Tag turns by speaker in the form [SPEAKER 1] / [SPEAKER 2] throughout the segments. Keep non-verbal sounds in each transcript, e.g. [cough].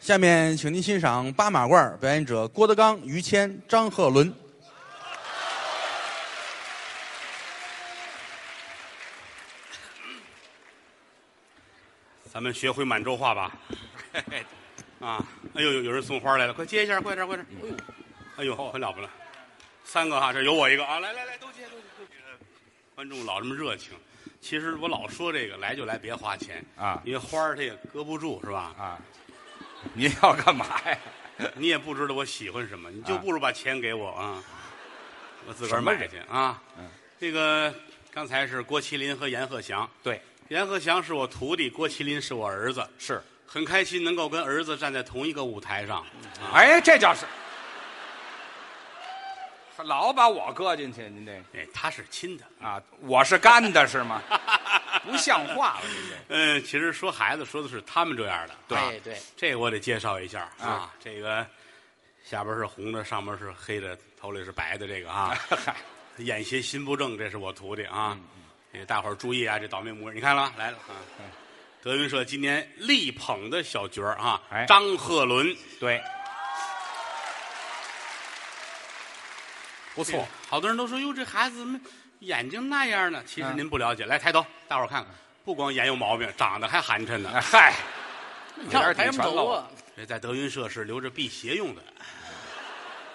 [SPEAKER 1] 下面，请您欣赏八马褂表演者郭德纲、于谦、张鹤伦。
[SPEAKER 2] 咱们学会满洲话
[SPEAKER 3] [laughs]
[SPEAKER 2] 吧。嘿嘿啊，哎呦，有有人送花来了，快接一下，快点，快点。哎呦，哎呦，很了不了，三个哈，这有我一个啊，来来来，都接都接。都接观众老这么热情，其实我老说这个来就来，别花钱
[SPEAKER 3] 啊
[SPEAKER 2] 因为花儿它也搁不住，是吧？
[SPEAKER 3] 啊，您要干嘛呀？ [laughs]
[SPEAKER 2] 你也不知道我喜欢什么，你就
[SPEAKER 3] 啊
[SPEAKER 2] 不如把钱给我啊，我自个儿
[SPEAKER 3] 什么
[SPEAKER 2] 买
[SPEAKER 3] 人嗯
[SPEAKER 2] 去啊。这个刚才是郭麒麟和阎鹤祥，
[SPEAKER 3] 对，
[SPEAKER 2] 阎鹤祥是我徒弟，郭麒麟是我儿子，
[SPEAKER 3] 是。
[SPEAKER 2] 很开心能够跟儿子站在同一个舞台上。
[SPEAKER 3] 哎，这叫是，老把我搁进去，您这
[SPEAKER 2] 哎，他是亲的。
[SPEAKER 3] 啊，我是干的是吗？ [laughs] 不像话了，您这
[SPEAKER 2] [laughs] 嗯，其实说孩子说的是他们这样的，啊
[SPEAKER 4] 对对，
[SPEAKER 2] 这个我得介绍一下啊
[SPEAKER 3] 啊，
[SPEAKER 2] 这个下边是红的，上边是黑的，头里是白的，这个
[SPEAKER 3] [laughs]
[SPEAKER 2] 啊，眼斜心不正，这是我徒弟啊，
[SPEAKER 3] 嗯
[SPEAKER 2] 这大伙儿注意啊，这倒霉模样，你看了吗来了啊，德云社今年力捧的小角儿啊
[SPEAKER 3] 哎，
[SPEAKER 2] 张鹤伦，
[SPEAKER 3] 对，不错，
[SPEAKER 2] 好多人都说哟，这孩子怎么眼睛那样呢？其实
[SPEAKER 3] 嗯
[SPEAKER 2] 您不了解，来抬头，大伙儿看看，不光眼有毛病，长得还寒碜呢。
[SPEAKER 3] 哎嗨，
[SPEAKER 4] 你
[SPEAKER 3] 看
[SPEAKER 4] 看
[SPEAKER 3] 我抬
[SPEAKER 4] 我抬
[SPEAKER 3] 这
[SPEAKER 4] 这
[SPEAKER 3] 么
[SPEAKER 4] 么
[SPEAKER 3] 陡
[SPEAKER 4] 陡
[SPEAKER 3] 啊
[SPEAKER 4] 啊！
[SPEAKER 2] 这在德云社是留着辟邪用的。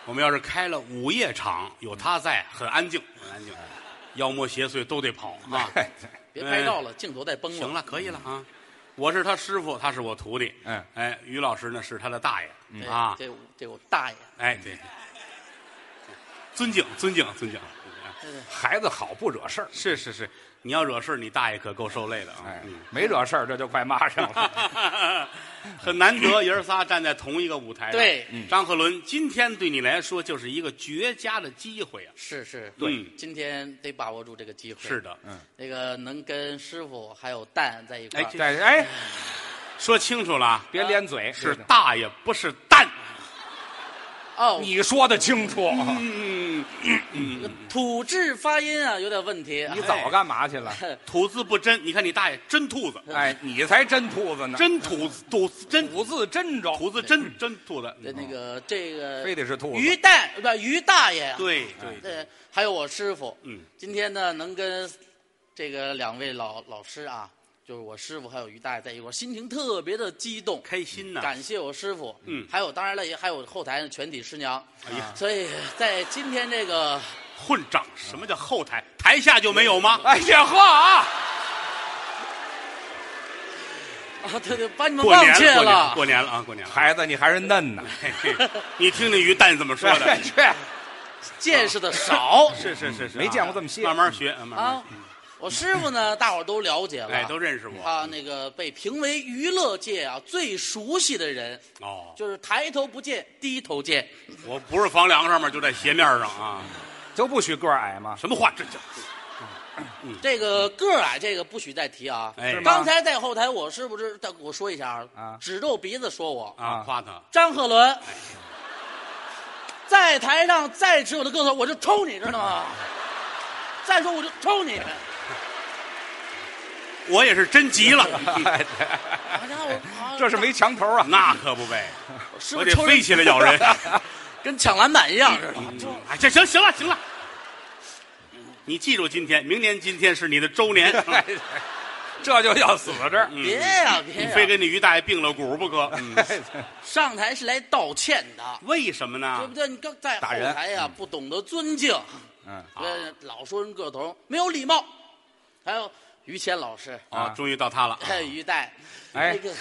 [SPEAKER 2] 我们要是开了午夜场，有他在，很安静，
[SPEAKER 3] 嗯
[SPEAKER 2] 很安静，妖魔邪祟都得跑啊！
[SPEAKER 3] 哎
[SPEAKER 4] 别拍照了，镜头再崩了。
[SPEAKER 2] 行，了，可以了啊！我是他师傅，他是我徒弟。
[SPEAKER 3] 嗯
[SPEAKER 2] 哎，于老师呢是他的大爷啊
[SPEAKER 4] 啊，！这这我大爷，
[SPEAKER 2] 哎，对，尊敬，尊敬，尊敬。
[SPEAKER 3] [laughs] 孩子好不惹事儿，
[SPEAKER 2] 是是是，你要惹事儿你大爷可够受累的啊！
[SPEAKER 3] 哎
[SPEAKER 2] 嗯，
[SPEAKER 3] 没惹事儿这就快骂上
[SPEAKER 2] [laughs] 哎
[SPEAKER 3] 了，
[SPEAKER 2] 很难得爷儿仨站在同一个舞台上。
[SPEAKER 4] 对
[SPEAKER 2] 嗯张鹤伦，今天对你来说就是一个绝佳的机会啊！
[SPEAKER 4] 是是，
[SPEAKER 2] 对
[SPEAKER 4] 今天得把握住这个机会。
[SPEAKER 2] 是，的，
[SPEAKER 4] 那个能跟师傅还有蛋在一块
[SPEAKER 2] 哎
[SPEAKER 4] 儿，
[SPEAKER 2] 这
[SPEAKER 3] 对，哎，
[SPEAKER 2] 说清楚了啊，
[SPEAKER 3] 别连嘴，
[SPEAKER 2] 是大爷不是蛋。
[SPEAKER 4] 哦，
[SPEAKER 3] 你说的清楚，
[SPEAKER 2] 嗯，
[SPEAKER 4] 土质发音啊有点问题啊
[SPEAKER 3] 你。早干嘛
[SPEAKER 2] [laughs]
[SPEAKER 3] 去了？
[SPEAKER 2] 吐字不真，你看你大爷真兔子，
[SPEAKER 3] 哎，你才真兔子呢，
[SPEAKER 2] 真吐子，吐子真
[SPEAKER 3] 五字真着，
[SPEAKER 2] 吐字嗯真真兔子。
[SPEAKER 4] 那那个这个
[SPEAKER 3] 非得是兔子
[SPEAKER 4] 于蛋不于大爷啊，
[SPEAKER 2] 对对对，
[SPEAKER 4] 呃，还有我师傅，
[SPEAKER 2] 嗯，
[SPEAKER 4] 今天呢能跟这个两位老老师啊，就是我师傅还有于大爷在一块儿，心情特别的激动，
[SPEAKER 2] 开心呐！
[SPEAKER 4] 感谢我师傅，
[SPEAKER 2] 啊嗯
[SPEAKER 4] 还有当然了，也还有后台的全体师娘，
[SPEAKER 2] 哎呀，
[SPEAKER 4] 所以在今天这个
[SPEAKER 2] 混账！什么叫后台？台下就没有吗？
[SPEAKER 3] 哎呀呵啊！
[SPEAKER 4] 啊，对对，把你们
[SPEAKER 2] 过
[SPEAKER 4] 忘
[SPEAKER 2] 年
[SPEAKER 4] 却
[SPEAKER 2] 了，
[SPEAKER 4] 了，
[SPEAKER 2] 过年了啊，过年了。
[SPEAKER 3] 孩子，你还是嫩呢。？
[SPEAKER 2] 嘿嘿 [laughs] 你听听于蛋怎么说的
[SPEAKER 3] [laughs]
[SPEAKER 4] [laughs]
[SPEAKER 3] 去，
[SPEAKER 4] 见识的少
[SPEAKER 2] 是是是是，
[SPEAKER 3] 没
[SPEAKER 2] 啊
[SPEAKER 3] 见过这么些
[SPEAKER 2] 慢慢学，啊慢慢
[SPEAKER 4] 啊。我师傅呢，大伙儿都了解
[SPEAKER 2] 学。哎，
[SPEAKER 4] 了，
[SPEAKER 2] 都认识我。
[SPEAKER 4] 他那个被评为娱乐界啊最熟悉的人，
[SPEAKER 2] 哦，
[SPEAKER 4] 就是抬头不见低头见。
[SPEAKER 2] 我不是房梁上面，就在鞋面上啊。
[SPEAKER 3] 就不许个儿矮吗？
[SPEAKER 2] 什么话？这这，
[SPEAKER 4] 这个个儿矮，这个不许再提啊。
[SPEAKER 2] 嗯哎，
[SPEAKER 3] 是吗
[SPEAKER 4] 刚才在后台，我是不是？但我说一下
[SPEAKER 3] 啊
[SPEAKER 4] 指着我鼻子说我，
[SPEAKER 2] 啊，夸他。
[SPEAKER 4] 张鹤伦，在台上再指我的个头，我就抽你，知道吗？再说我就抽你。
[SPEAKER 2] 我也是真急了， [laughs]
[SPEAKER 4] 好家伙，啊
[SPEAKER 3] 这是没墙头啊！
[SPEAKER 2] 那可不呗，
[SPEAKER 4] 师
[SPEAKER 2] 我
[SPEAKER 4] 傅
[SPEAKER 2] 得
[SPEAKER 4] 抽
[SPEAKER 2] 飞
[SPEAKER 4] 人，
[SPEAKER 2] 起来咬
[SPEAKER 3] [laughs]
[SPEAKER 2] 人。
[SPEAKER 4] 跟抢篮板一样似的。
[SPEAKER 3] 嗯
[SPEAKER 2] 哎，这行行了行了，你记住今天，明年今天是你的周年，
[SPEAKER 3] [laughs] 哎 [laughs] 这就要死这 [laughs] 儿。
[SPEAKER 4] 别呀、
[SPEAKER 3] 嗯
[SPEAKER 4] 别
[SPEAKER 2] 你
[SPEAKER 4] 呀、
[SPEAKER 2] 非跟那于大爷并了骨不可。嗯
[SPEAKER 3] 哎
[SPEAKER 4] 上台是来道歉的，
[SPEAKER 2] 为什么
[SPEAKER 3] [laughs]
[SPEAKER 4] 对
[SPEAKER 2] 呢
[SPEAKER 4] 不？对？你刚在后
[SPEAKER 3] 啊打人
[SPEAKER 4] 台呀、不懂得尊敬，
[SPEAKER 3] 嗯，
[SPEAKER 4] 呃，老说人个头没有礼貌。还有于谦老师，
[SPEAKER 2] 啊，终于到他了，
[SPEAKER 4] 还有于代，
[SPEAKER 3] 哎
[SPEAKER 4] 那个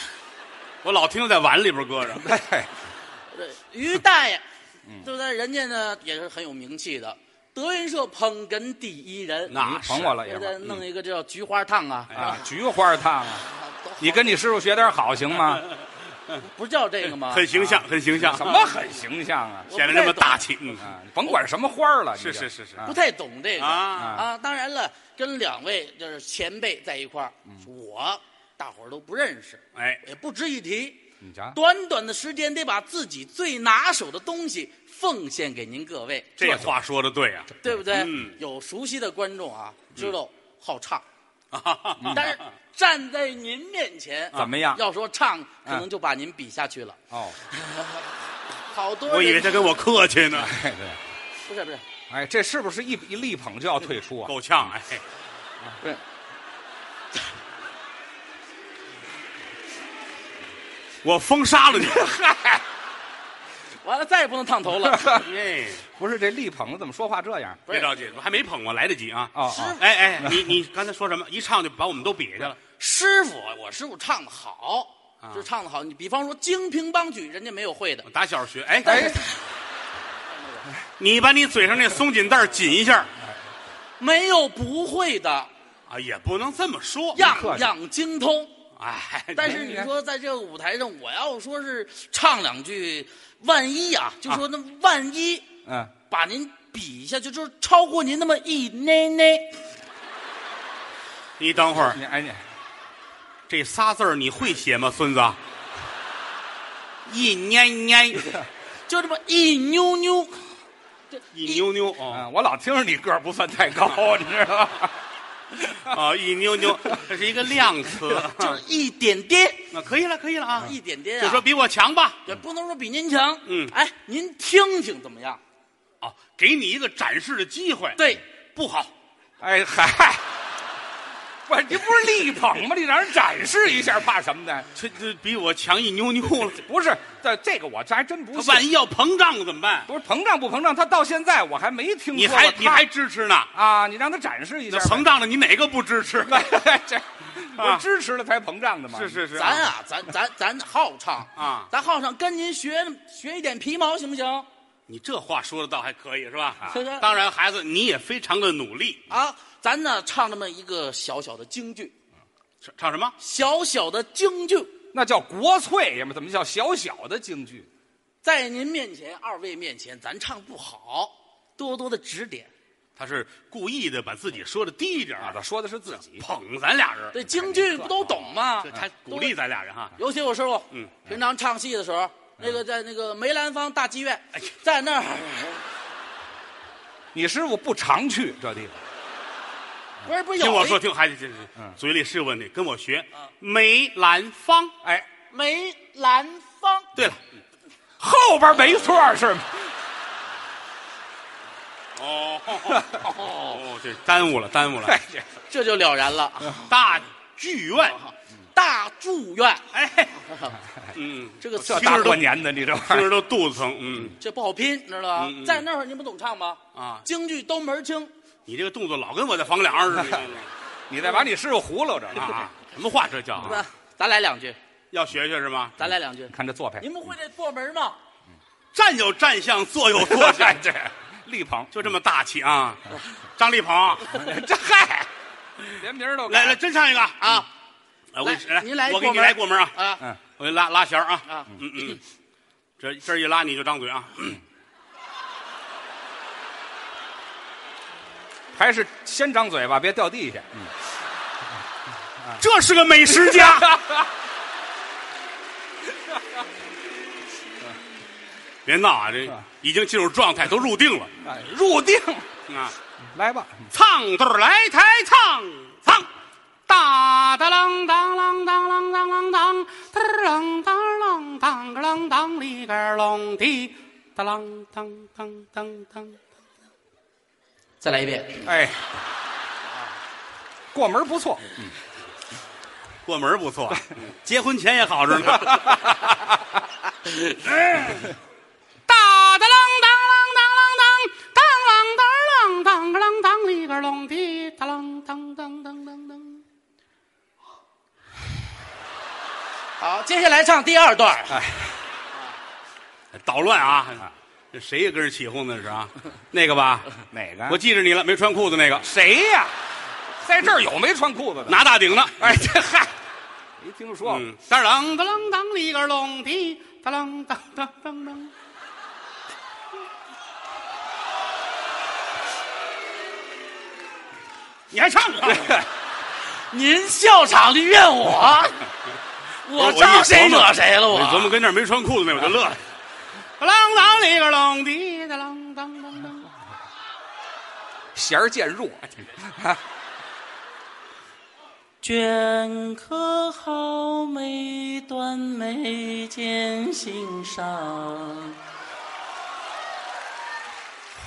[SPEAKER 2] 我老听在碗里边搁
[SPEAKER 3] [laughs]
[SPEAKER 2] 着。
[SPEAKER 3] 哎，
[SPEAKER 4] 呃于大爷，对不对？人家呢也是很有名气的，德云社捧哏第一人。
[SPEAKER 2] 那
[SPEAKER 3] 甭嗯我了，
[SPEAKER 4] 对
[SPEAKER 3] 爷
[SPEAKER 4] 不
[SPEAKER 3] 们
[SPEAKER 4] 对？
[SPEAKER 3] 儿
[SPEAKER 4] 弄一个这叫菊花烫啊，
[SPEAKER 3] 啊，菊花烫啊！你跟你师傅学点好行 [laughs] 吗？
[SPEAKER 4] 不是叫这个吗？
[SPEAKER 2] 很形象，很形象，
[SPEAKER 3] 啊什么很形象啊？
[SPEAKER 2] 显得这么大气？嗯，
[SPEAKER 3] 啊，甭管什么花儿了，你就是
[SPEAKER 2] 是是
[SPEAKER 3] 啊
[SPEAKER 4] 不太懂这个
[SPEAKER 2] 啊，
[SPEAKER 4] 啊，当然了，跟两位就是前辈在一块儿，我大伙儿都不认识，
[SPEAKER 2] 哎，
[SPEAKER 4] 也不值一提。
[SPEAKER 3] 你瞧，
[SPEAKER 4] 短短的时间，得把自己最拿手的东西奉献给您各位，
[SPEAKER 2] 这话说的对啊，
[SPEAKER 4] 对不对？
[SPEAKER 2] 嗯
[SPEAKER 4] 有熟悉的观众啊，知道好唱， [laughs] 但是站在您面前，
[SPEAKER 3] 怎么样
[SPEAKER 4] 要说唱，可能就把您比下去了。
[SPEAKER 3] 哦， [laughs]
[SPEAKER 4] 好多
[SPEAKER 2] [laughs]
[SPEAKER 4] 人，
[SPEAKER 2] 我以为他跟我客气呢，
[SPEAKER 3] 哎对，
[SPEAKER 4] 不是不是
[SPEAKER 3] 哎，这是不是一一力捧就要 [laughs] 退出啊？
[SPEAKER 2] 够呛哎。
[SPEAKER 4] 不是，
[SPEAKER 2] 我封杀了你！
[SPEAKER 4] 完了再也不能烫头了。
[SPEAKER 2] 哎，
[SPEAKER 3] 不是这力捧怎么说话这样？
[SPEAKER 4] 不
[SPEAKER 2] 别
[SPEAKER 4] 是
[SPEAKER 2] 着急，我还没捧过，来得及啊。
[SPEAKER 3] 哦
[SPEAKER 4] 是
[SPEAKER 3] 哦，
[SPEAKER 2] 哎哎，你你刚才说什么？一唱就把我们都比下去了。
[SPEAKER 4] 师傅，我师傅唱的好，就是唱的好。你比方说《京评梆曲》，人家没有会的
[SPEAKER 2] 我。打小学，哎
[SPEAKER 3] 哎，
[SPEAKER 2] 你把你嘴上那松紧带儿紧一下
[SPEAKER 4] 没有不会的，
[SPEAKER 2] 啊，也不能这么说。
[SPEAKER 3] 客
[SPEAKER 4] 样
[SPEAKER 3] 气
[SPEAKER 4] 样精通。
[SPEAKER 2] 哎，
[SPEAKER 4] 但是你说在这个舞台上，我要说是唱两句，万一啊，就说那万一
[SPEAKER 3] 嗯，
[SPEAKER 4] 把您比下去，就是超过您那么一捏捏，
[SPEAKER 2] 你等会儿
[SPEAKER 3] 你哎你
[SPEAKER 2] 这仨字儿你会写吗，孙子？一蔫蔫，
[SPEAKER 4] 就这么一妞妞，
[SPEAKER 2] 一妞妞
[SPEAKER 3] 啊，
[SPEAKER 2] 哦
[SPEAKER 3] 我老听着你个儿不算太高， [laughs] 你知道吗？
[SPEAKER 2] 啊，一妞妞，这是一个量词。 [laughs]
[SPEAKER 4] 就是一点点，
[SPEAKER 2] 那可以了，可以了啊，
[SPEAKER 4] 一点点啊。
[SPEAKER 2] 就说比我强吧。
[SPEAKER 4] 也不能说比您强，
[SPEAKER 2] 嗯
[SPEAKER 4] 哎，您听听怎么样？
[SPEAKER 2] 啊，给你一个展示的机会。，
[SPEAKER 4] 对，
[SPEAKER 2] 不好，
[SPEAKER 3] 哎嗨，不是，你不是力捧吗？你让人展示一下，怕什么的？
[SPEAKER 2] 这这比我强一妞妞了。
[SPEAKER 3] 不是，这这个我这还真不
[SPEAKER 2] 他
[SPEAKER 3] 信。
[SPEAKER 2] 万一要膨胀怎么办？
[SPEAKER 3] 不是膨胀不膨胀，他到现在我还没听
[SPEAKER 2] 你
[SPEAKER 3] 说过
[SPEAKER 2] 还
[SPEAKER 3] 他
[SPEAKER 2] 你还支持呢？
[SPEAKER 3] 啊？你让他展示一下
[SPEAKER 2] 那
[SPEAKER 3] 呗。
[SPEAKER 2] 膨胀了，你哪个不支
[SPEAKER 4] [laughs]
[SPEAKER 2] 持？
[SPEAKER 3] [laughs] 这我支持了才膨胀的
[SPEAKER 2] 啊
[SPEAKER 3] 嘛。
[SPEAKER 2] 是是是，
[SPEAKER 4] 咱啊，咱咱咱好唱
[SPEAKER 2] 啊
[SPEAKER 4] 咱好唱，跟您学学一点皮毛行不行？
[SPEAKER 2] 你这话说的倒还可以是吧？啊
[SPEAKER 4] 是的
[SPEAKER 2] 当然，孩子你也非常的努力。
[SPEAKER 4] 啊，咱呢唱那么一个小小的京剧，
[SPEAKER 2] 唱唱什么？
[SPEAKER 4] 小小的京剧，
[SPEAKER 3] 那叫国粹呀嘛，怎么叫小小的京剧？
[SPEAKER 4] 在您面前，二位面前，咱唱不好，多多的指点。
[SPEAKER 2] 他是故意的把自己说的低一点儿
[SPEAKER 3] 啊，他说的是自己。
[SPEAKER 2] 捧咱俩人。
[SPEAKER 4] 对，啊京剧不都懂吗
[SPEAKER 2] 这？他鼓励咱俩人哈。
[SPEAKER 4] 尤其我师傅，
[SPEAKER 2] 啊嗯，
[SPEAKER 4] 平常唱戏的时候，那个在那个梅兰芳大剧院
[SPEAKER 2] 哎呀，
[SPEAKER 4] 在那儿，
[SPEAKER 3] 你师傅不常去这地方，
[SPEAKER 4] 不是不是有
[SPEAKER 2] 听我
[SPEAKER 4] 一
[SPEAKER 2] 说，听孩子，这这
[SPEAKER 3] 嗯
[SPEAKER 2] 嘴里是有问题，跟我学
[SPEAKER 4] 啊。
[SPEAKER 2] 梅兰芳。
[SPEAKER 3] 哎，
[SPEAKER 4] 梅兰芳。
[SPEAKER 2] 对了，
[SPEAKER 3] 后边没错儿是吗？ [laughs]
[SPEAKER 2] 哦哦，这耽误了，耽误了
[SPEAKER 3] 哎。这
[SPEAKER 4] 这就了然了。
[SPEAKER 2] 大剧院，
[SPEAKER 4] 大祝愿，
[SPEAKER 2] 哎，嗯，
[SPEAKER 4] 这个词
[SPEAKER 3] 这大过年的，你这玩
[SPEAKER 2] 听
[SPEAKER 3] 意
[SPEAKER 2] 着
[SPEAKER 3] 儿
[SPEAKER 2] 都肚子疼。嗯
[SPEAKER 4] 这不好拼，你知道吧？
[SPEAKER 2] 嗯嗯
[SPEAKER 4] 在那会儿你不懂唱吗？
[SPEAKER 2] 啊，
[SPEAKER 4] 京剧都门儿清，
[SPEAKER 2] 你这个动作老跟我在房梁似的你知道吗。
[SPEAKER 3] 你再把你师傅糊弄着了
[SPEAKER 2] [laughs] 啊！，
[SPEAKER 3] 啊
[SPEAKER 2] 什么话这叫
[SPEAKER 4] 是
[SPEAKER 2] 啊？
[SPEAKER 4] 吧？咱来两句，
[SPEAKER 2] 要学学是吗？
[SPEAKER 4] 咱来两句。
[SPEAKER 3] 看这做派，，
[SPEAKER 4] 您不会这过门吗？
[SPEAKER 2] 站有站相，坐有坐相
[SPEAKER 3] [laughs] 这力捧，
[SPEAKER 2] 就这么大气啊！张立鹏，
[SPEAKER 3] 这嗨，连名儿都改
[SPEAKER 2] 来来，真唱一个啊！
[SPEAKER 4] 啊，
[SPEAKER 2] 我给你
[SPEAKER 4] 来您来
[SPEAKER 2] 我给
[SPEAKER 4] 过
[SPEAKER 2] 你
[SPEAKER 4] 门
[SPEAKER 2] 来过门啊！
[SPEAKER 4] 啊
[SPEAKER 2] 我给你拉拉弦儿啊！
[SPEAKER 4] 啊！嗯
[SPEAKER 2] 嗯嗯，这这一拉你就张嘴啊！
[SPEAKER 3] 还是先张嘴吧，别掉地下。嗯
[SPEAKER 2] 这是个美食
[SPEAKER 4] [laughs]
[SPEAKER 2] 家，别闹啊！这已经进入状态，都入定了
[SPEAKER 3] 哎入定，
[SPEAKER 2] 啊！
[SPEAKER 3] 来吧，
[SPEAKER 2] 唱对儿来抬唱唱，哒哒啷当啷当啷当啷当，哒啷当啷当个啷当里个啷滴，哒啷当当当当。
[SPEAKER 4] 再来一遍，
[SPEAKER 3] 哎，过门不错，
[SPEAKER 2] 过门儿不错， [laughs] 结婚前也好着呢。 [laughs]
[SPEAKER 5] 哒哒啷当啷当啷当，当啷当啷当个啷当里个啷滴，哒啷当当当当当。
[SPEAKER 4] 好，接下来唱第二段。
[SPEAKER 2] 捣乱啊！这谁也跟着起哄那是啊？那个
[SPEAKER 3] [laughs]
[SPEAKER 2] 吧，
[SPEAKER 3] 哪个
[SPEAKER 2] 我记着你了，没穿裤子那个，
[SPEAKER 3] 啊谁呀？在这儿有没穿裤子的？
[SPEAKER 2] 拿大顶的。
[SPEAKER 3] 哎，这嗨，没听说过。
[SPEAKER 2] 嗯，
[SPEAKER 5] 哒啷哒啷当里个啷滴，哒啷当当当当。
[SPEAKER 2] 你还唱啊？
[SPEAKER 4] 您笑场的怨我， [laughs] 我招谁惹谁了？我啊
[SPEAKER 2] 琢磨跟那儿没穿裤子那，我就乐了。
[SPEAKER 5] 啷当里个啷滴，哒啷当当当。
[SPEAKER 3] 弦儿渐弱，
[SPEAKER 6] 镌刻好每段眉间心上。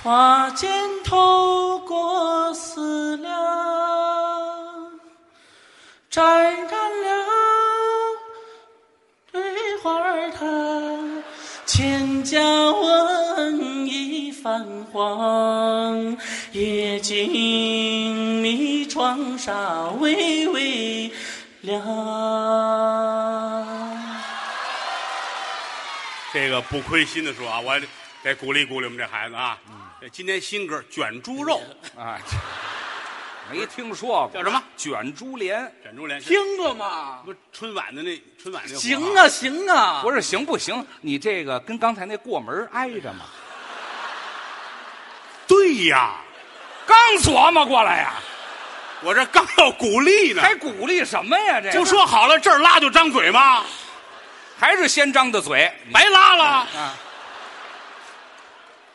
[SPEAKER 6] 花间透过思量，沾染了对花儿它千家文艺泛黄，夜静谧，窗纱微微亮。
[SPEAKER 2] 这个不亏心的说啊，我还得得鼓励鼓励我们这孩子啊。这今天新歌《卷猪
[SPEAKER 4] [laughs]
[SPEAKER 2] 肉
[SPEAKER 3] 哎，这没听说过，
[SPEAKER 2] 叫什么
[SPEAKER 3] 卷珠帘？》，
[SPEAKER 2] 卷猪脸
[SPEAKER 4] 听过吗？
[SPEAKER 2] 不是春晚的那春晚那个
[SPEAKER 4] 行
[SPEAKER 2] 活
[SPEAKER 4] 啊，行啊，
[SPEAKER 3] 不是行不行？你这个跟刚才那过门挨着 [laughs] 吗？
[SPEAKER 2] 对呀，
[SPEAKER 3] 刚琢磨过来呀，
[SPEAKER 2] 我这刚要鼓励呢，
[SPEAKER 3] 还鼓励什么呀？这
[SPEAKER 2] [laughs] 就说好了这儿拉就张嘴嘛，
[SPEAKER 3] 还是先张的嘴，
[SPEAKER 2] 白拉了。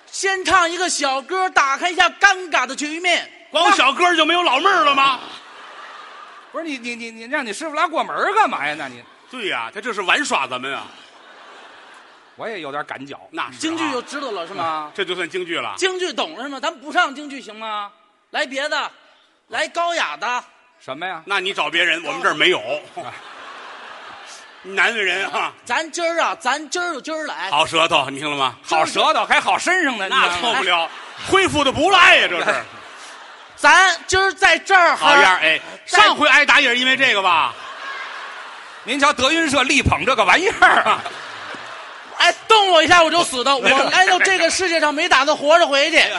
[SPEAKER 4] 先唱一个小歌，打开一下尴尬的局面。
[SPEAKER 2] 光有小哥就没有老妹儿了吗？
[SPEAKER 3] 不是你你你你让你师傅拉过门儿干嘛呀？那你
[SPEAKER 2] 对呀，他这是玩耍咱们啊，
[SPEAKER 3] 我也有点赶脚，
[SPEAKER 2] 那是啊啊
[SPEAKER 4] 京剧就知道了是吗？
[SPEAKER 2] 这就算京剧了。
[SPEAKER 4] 京剧懂了是吗？咱不上京剧行吗？来别的，来高雅的。
[SPEAKER 3] 什么呀？
[SPEAKER 2] 那你找别人，我们这儿没有。 [laughs] 难为人啊，
[SPEAKER 4] 咱今儿啊，咱今儿就今儿来。
[SPEAKER 2] 好舌头，你听了吗？
[SPEAKER 3] 好舌头还好身上呢，
[SPEAKER 2] 那哎
[SPEAKER 3] 你知道
[SPEAKER 2] 错
[SPEAKER 3] 吗
[SPEAKER 2] 不了，恢复的不赖呀，这是。
[SPEAKER 4] 咱今儿在这儿哈
[SPEAKER 2] 好样儿！哎，上回挨打也是因为这个吧？
[SPEAKER 3] 您瞧德云社力捧这个玩意儿 [laughs] 啊，
[SPEAKER 4] 哎，动我一下我就
[SPEAKER 2] [laughs]
[SPEAKER 4] 死的，我来到这个世界上没打算活着回
[SPEAKER 2] 哎
[SPEAKER 4] 去。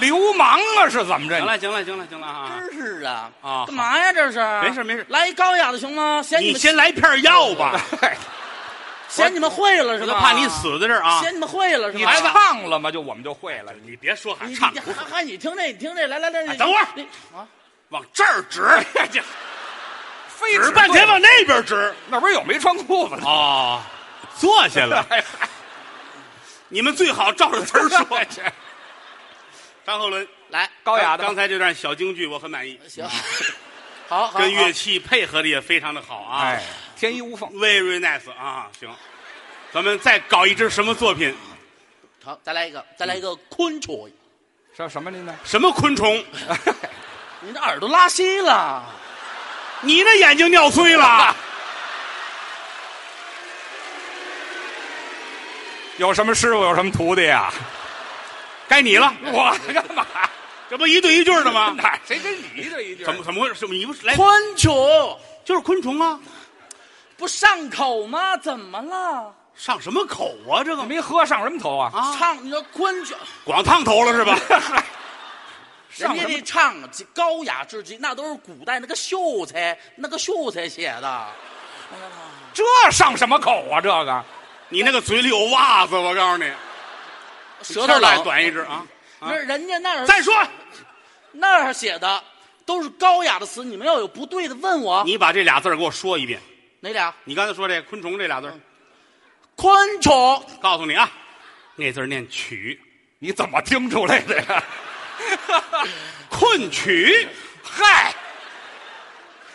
[SPEAKER 3] 流氓啊是怎
[SPEAKER 2] 行
[SPEAKER 3] 么着？
[SPEAKER 2] 了，行了，行了，行了啊！
[SPEAKER 4] 真是啊，
[SPEAKER 2] 啊
[SPEAKER 4] 干嘛呀这是？
[SPEAKER 2] 没事没事
[SPEAKER 4] 来一高雅的行吗？嫌
[SPEAKER 2] 你
[SPEAKER 4] 们
[SPEAKER 2] 先来片药
[SPEAKER 3] [laughs]
[SPEAKER 2] 吧，
[SPEAKER 3] 嘿
[SPEAKER 4] 嫌你们会了
[SPEAKER 2] 我
[SPEAKER 4] 是
[SPEAKER 2] 就
[SPEAKER 4] 吧？
[SPEAKER 2] 怕你，死在这儿啊！
[SPEAKER 4] 嫌你们会了是
[SPEAKER 3] 你
[SPEAKER 4] 吧？
[SPEAKER 3] 唱了吗？就我们就会了。
[SPEAKER 2] 你别说喊
[SPEAKER 4] 你
[SPEAKER 2] 唱
[SPEAKER 4] 你，哈哈，你听这，你听这，来来来，
[SPEAKER 2] 哎
[SPEAKER 4] 你
[SPEAKER 2] 等会儿
[SPEAKER 4] 你啊，
[SPEAKER 2] 往这儿指， [laughs] 这
[SPEAKER 3] 非
[SPEAKER 2] 指半天往那边指。
[SPEAKER 3] 那不是有没穿裤 [laughs] 子的？
[SPEAKER 2] 哦， [laughs] 坐下了，
[SPEAKER 3] 哎
[SPEAKER 2] [laughs] 你们最好照着词儿
[SPEAKER 3] [laughs]
[SPEAKER 2] 说。
[SPEAKER 3] 这
[SPEAKER 2] [laughs] 张鹤伦，
[SPEAKER 4] 来，
[SPEAKER 3] 高雅的呃
[SPEAKER 2] 刚
[SPEAKER 3] 吧，
[SPEAKER 2] 才这段小京剧我很满意，
[SPEAKER 4] 行， [laughs] 好，
[SPEAKER 2] [laughs]
[SPEAKER 4] 好，
[SPEAKER 2] 跟
[SPEAKER 4] 好
[SPEAKER 2] 乐器配合的也非常的好啊。
[SPEAKER 3] 哎，天衣无缝。
[SPEAKER 2] Very nice 啊，行，咱们再搞一支什么作品？
[SPEAKER 4] 好，再来一个，再来一
[SPEAKER 2] 嗯
[SPEAKER 4] 个昆虫，
[SPEAKER 3] 什什么您呢？
[SPEAKER 2] 什么昆虫？
[SPEAKER 4] 你的耳朵拉稀了，
[SPEAKER 2] 你那眼睛尿碎
[SPEAKER 3] [laughs]
[SPEAKER 2] 了，
[SPEAKER 3] 有什么师傅有什么徒弟啊呀？
[SPEAKER 2] 该你了。
[SPEAKER 3] [laughs] 我干嘛？
[SPEAKER 2] 这不一对一句儿的吗？
[SPEAKER 3] [laughs] 哪谁跟你这一句？
[SPEAKER 2] 怎么怎么回事？你不是来
[SPEAKER 4] 昆虫
[SPEAKER 2] 就是昆虫啊？
[SPEAKER 4] 不上口吗？怎么了？
[SPEAKER 2] 上什么口啊？这个
[SPEAKER 3] 没喝上什么头啊？
[SPEAKER 2] 啊，
[SPEAKER 4] 唱你说昆虫，
[SPEAKER 2] 光烫头了是吧？
[SPEAKER 3] [laughs]
[SPEAKER 4] 人
[SPEAKER 3] 上
[SPEAKER 4] 家
[SPEAKER 3] 什么
[SPEAKER 4] 这唱啊高雅至极，那都是古代那个秀才，那个秀才写的。
[SPEAKER 3] 这上什么口啊？这个
[SPEAKER 2] 你那个嘴里有袜子，我告诉你，
[SPEAKER 4] 舌头
[SPEAKER 2] 来
[SPEAKER 4] 老
[SPEAKER 2] 短一只啊。
[SPEAKER 4] 那人家那儿
[SPEAKER 2] 再说，
[SPEAKER 4] 那儿写的都是高雅的词，你们要有不对的问我
[SPEAKER 2] 你把这俩字儿给我说一遍。
[SPEAKER 4] 哪俩？
[SPEAKER 2] 你刚才说这昆虫这俩字儿，
[SPEAKER 4] 嗯昆虫
[SPEAKER 2] 告诉你啊，那字儿念曲，
[SPEAKER 3] 你怎么听出来的呀？
[SPEAKER 2] 困曲，
[SPEAKER 3] 嗨，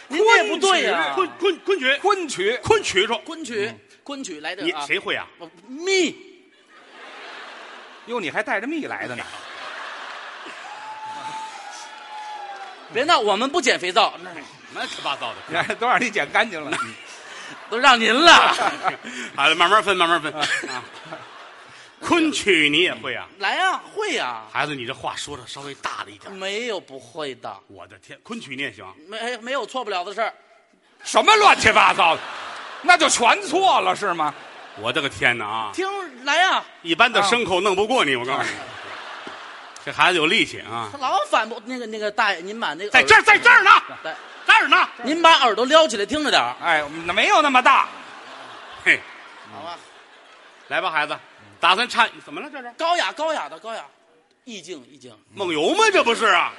[SPEAKER 4] 您这也不对呀、
[SPEAKER 2] 昆昆昆曲，
[SPEAKER 3] 昆曲
[SPEAKER 2] 昆曲说，
[SPEAKER 4] 昆曲，昆曲来
[SPEAKER 2] 你
[SPEAKER 4] 点啊！
[SPEAKER 2] 谁会啊？
[SPEAKER 4] 我？蜜
[SPEAKER 3] 哟，你还带着蜜来的呢？
[SPEAKER 4] 别闹，我们不捡肥皂，那
[SPEAKER 2] 乱七八糟的。
[SPEAKER 3] 你看 [laughs] 都让你捡干净了。
[SPEAKER 4] 都让您了。
[SPEAKER 2] 好了，慢慢分，慢慢分
[SPEAKER 4] 嗯
[SPEAKER 2] 啊。昆曲你也会啊？
[SPEAKER 4] [laughs] 来呀、会呀、
[SPEAKER 2] 孩子，你这话说的稍微大了一点儿。
[SPEAKER 4] 没有不会的，
[SPEAKER 2] 我的天，昆曲你也行？
[SPEAKER 4] 没没有错不了的事儿。
[SPEAKER 3] 什么乱七八糟的，那就全错了是吗？
[SPEAKER 2] 我的个天哪啊！
[SPEAKER 4] 听，来呀、
[SPEAKER 2] 一般
[SPEAKER 4] 嗯
[SPEAKER 2] 的牲口弄不过你，我告诉你，这孩子有力气啊！
[SPEAKER 4] 他老反驳那个那个大爷，您把那个
[SPEAKER 2] 在这
[SPEAKER 4] 耳
[SPEAKER 2] 儿，在这儿呢，
[SPEAKER 4] 对
[SPEAKER 2] 这儿呢，
[SPEAKER 4] 您把耳朵撩起来听着点儿，
[SPEAKER 3] 哎，那没有那么大，
[SPEAKER 2] 嘿，
[SPEAKER 4] 好吧？
[SPEAKER 2] 来吧，孩子，打算唱怎么了？这是
[SPEAKER 4] 高雅高雅的高雅，意境意境。
[SPEAKER 2] 梦游吗？这不是啊？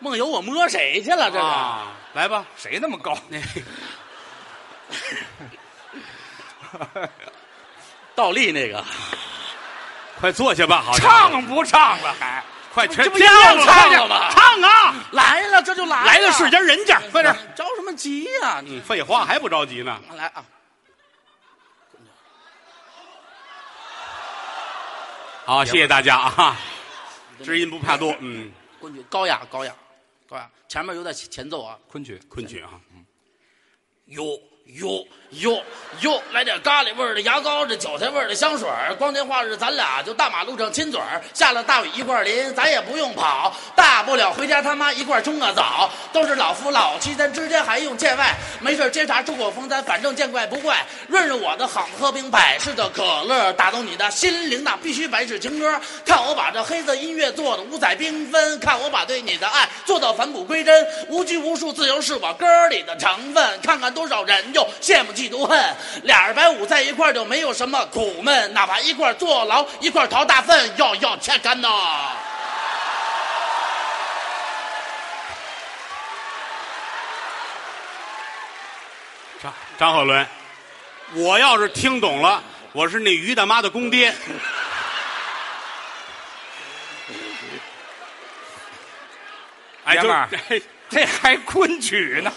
[SPEAKER 4] 梦游我摸谁去了？这是、
[SPEAKER 2] 啊，来吧，
[SPEAKER 3] 谁那
[SPEAKER 2] [laughs]
[SPEAKER 3] 么高？
[SPEAKER 2] 那
[SPEAKER 4] 倒立那个。
[SPEAKER 2] 快坐下吧，好家伙，
[SPEAKER 3] 唱不唱了还？
[SPEAKER 2] 快全
[SPEAKER 4] 啊这不
[SPEAKER 2] 别
[SPEAKER 4] 一样
[SPEAKER 2] 唱
[SPEAKER 4] 唱
[SPEAKER 2] 吧
[SPEAKER 4] 了吗哎
[SPEAKER 2] 唱啊！
[SPEAKER 4] 来了，这就来了，
[SPEAKER 2] 来了世间人家，快点！
[SPEAKER 4] 着什么急呀、你
[SPEAKER 2] 嗯，废话还不着急呢？
[SPEAKER 4] 来啊，
[SPEAKER 2] 好，谢谢大家啊！知音不怕多，嗯，
[SPEAKER 4] 昆曲高雅高雅高雅，前面有点前奏啊，
[SPEAKER 3] 昆曲，
[SPEAKER 2] 昆曲啊，
[SPEAKER 4] 哟哟哟哟，来点咖喱味儿的牙膏，这韭菜味儿的香水儿。光天化日，咱俩就大马路上亲嘴儿。下了大雨一块儿淋，咱也不用跑，大不了回家他妈一块儿冲个澡。都是老夫老妻，咱之间还用见外？没事儿接茬出口风，咱反正见怪不怪。润润我的好喝冰百事的可乐，打动你的心灵那必须百事情歌。看我把这黑色音乐做的五彩缤纷，看我把对你的爱做到返璞归真，无拘无束，自由是我歌儿里的成分。看看多少人又羡慕嫉妒恨，俩人白五在一块儿就没有什么苦闷，哪怕一块儿坐牢，一块儿逃大粪，要要切干呐。
[SPEAKER 2] 张张鹤伦，我要是听懂了，我是那于大妈的公
[SPEAKER 4] [laughs]
[SPEAKER 2] 爹。 [laughs] 哎，
[SPEAKER 3] 爷
[SPEAKER 2] 就
[SPEAKER 3] 们儿
[SPEAKER 2] 哎
[SPEAKER 3] 这还昆曲呢？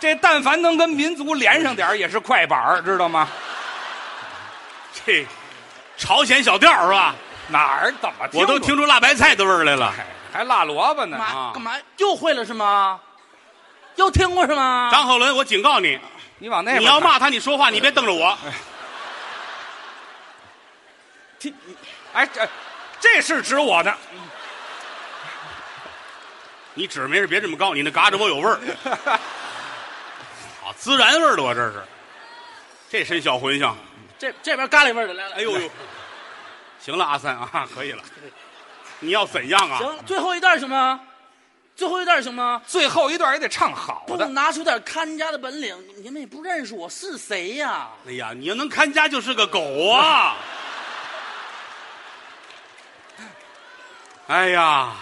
[SPEAKER 3] 这但凡能跟民族连上点儿也是快板儿，知道吗？
[SPEAKER 2] 这朝鲜小调是吧？
[SPEAKER 3] 哪儿怎么
[SPEAKER 2] 我都
[SPEAKER 3] 懂
[SPEAKER 2] 听出辣白菜的味儿来了。
[SPEAKER 3] 哎还辣萝卜呢
[SPEAKER 4] 干
[SPEAKER 3] 啊！
[SPEAKER 4] 嘛干嘛又会了是吗？又听过是
[SPEAKER 3] 啊
[SPEAKER 4] 吗？
[SPEAKER 2] 张鹤伦，我警告你，
[SPEAKER 3] 你往那边
[SPEAKER 2] 你要
[SPEAKER 3] 看
[SPEAKER 2] 骂他，你说话你别瞪着我。
[SPEAKER 3] 哎这这是指我呢，
[SPEAKER 2] 你指没事，别这么高，你那嘎着窝有味儿。
[SPEAKER 3] [laughs]
[SPEAKER 2] 好，孜然味儿的，我这是，这身小混香。
[SPEAKER 4] 这这边咖喱味儿的来了。
[SPEAKER 2] 哎呦呦，行了，阿三啊，可以了。你要怎样啊？
[SPEAKER 4] 行，最后一段行吗？最后一段行吗？
[SPEAKER 3] 最后一段也得唱好
[SPEAKER 4] 不
[SPEAKER 3] 的。
[SPEAKER 4] 拿出点看家的本领，你们也不认识我是谁呀、
[SPEAKER 2] 哎呀，你要能看家就是个狗啊！哎呀，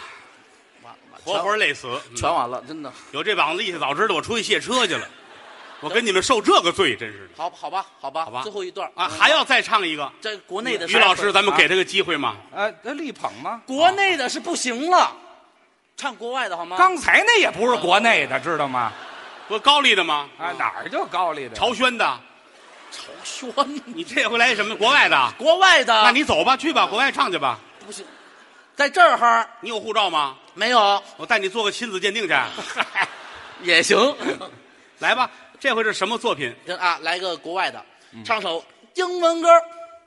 [SPEAKER 4] 完完
[SPEAKER 2] 活活累死！嗯
[SPEAKER 4] 全完了，真的。
[SPEAKER 2] 有这膀子力气，早知道我出去卸车去了。我跟你们受这个罪，真是的
[SPEAKER 4] 好，好吧，好吧，
[SPEAKER 2] 好吧
[SPEAKER 4] 最后一段
[SPEAKER 2] 啊！还要再唱一个，
[SPEAKER 4] 嗯这国内的
[SPEAKER 2] 于老师，
[SPEAKER 4] 是
[SPEAKER 2] 咱们给他个机会嘛。
[SPEAKER 3] 呃，那力捧吗？
[SPEAKER 4] 国内的是不行了，唱国外的好吗？
[SPEAKER 3] 刚才那也不是国内的，知道吗？
[SPEAKER 2] 不高丽的吗？
[SPEAKER 3] 啊，哪儿就高丽的？
[SPEAKER 2] 朝鲜的，
[SPEAKER 4] 朝鲜，
[SPEAKER 2] 你这回来什么？国外的？
[SPEAKER 4] 国外的
[SPEAKER 2] 那你走吧，去吧，国外唱去吧。
[SPEAKER 4] 不行，在这儿哈
[SPEAKER 2] 你有护照吗？
[SPEAKER 4] 没有
[SPEAKER 2] 我带你做个亲子鉴定去。
[SPEAKER 4] 也行。
[SPEAKER 2] 来吧，这回是什么作品？
[SPEAKER 4] 行啊，来个国外的，唱首英文歌，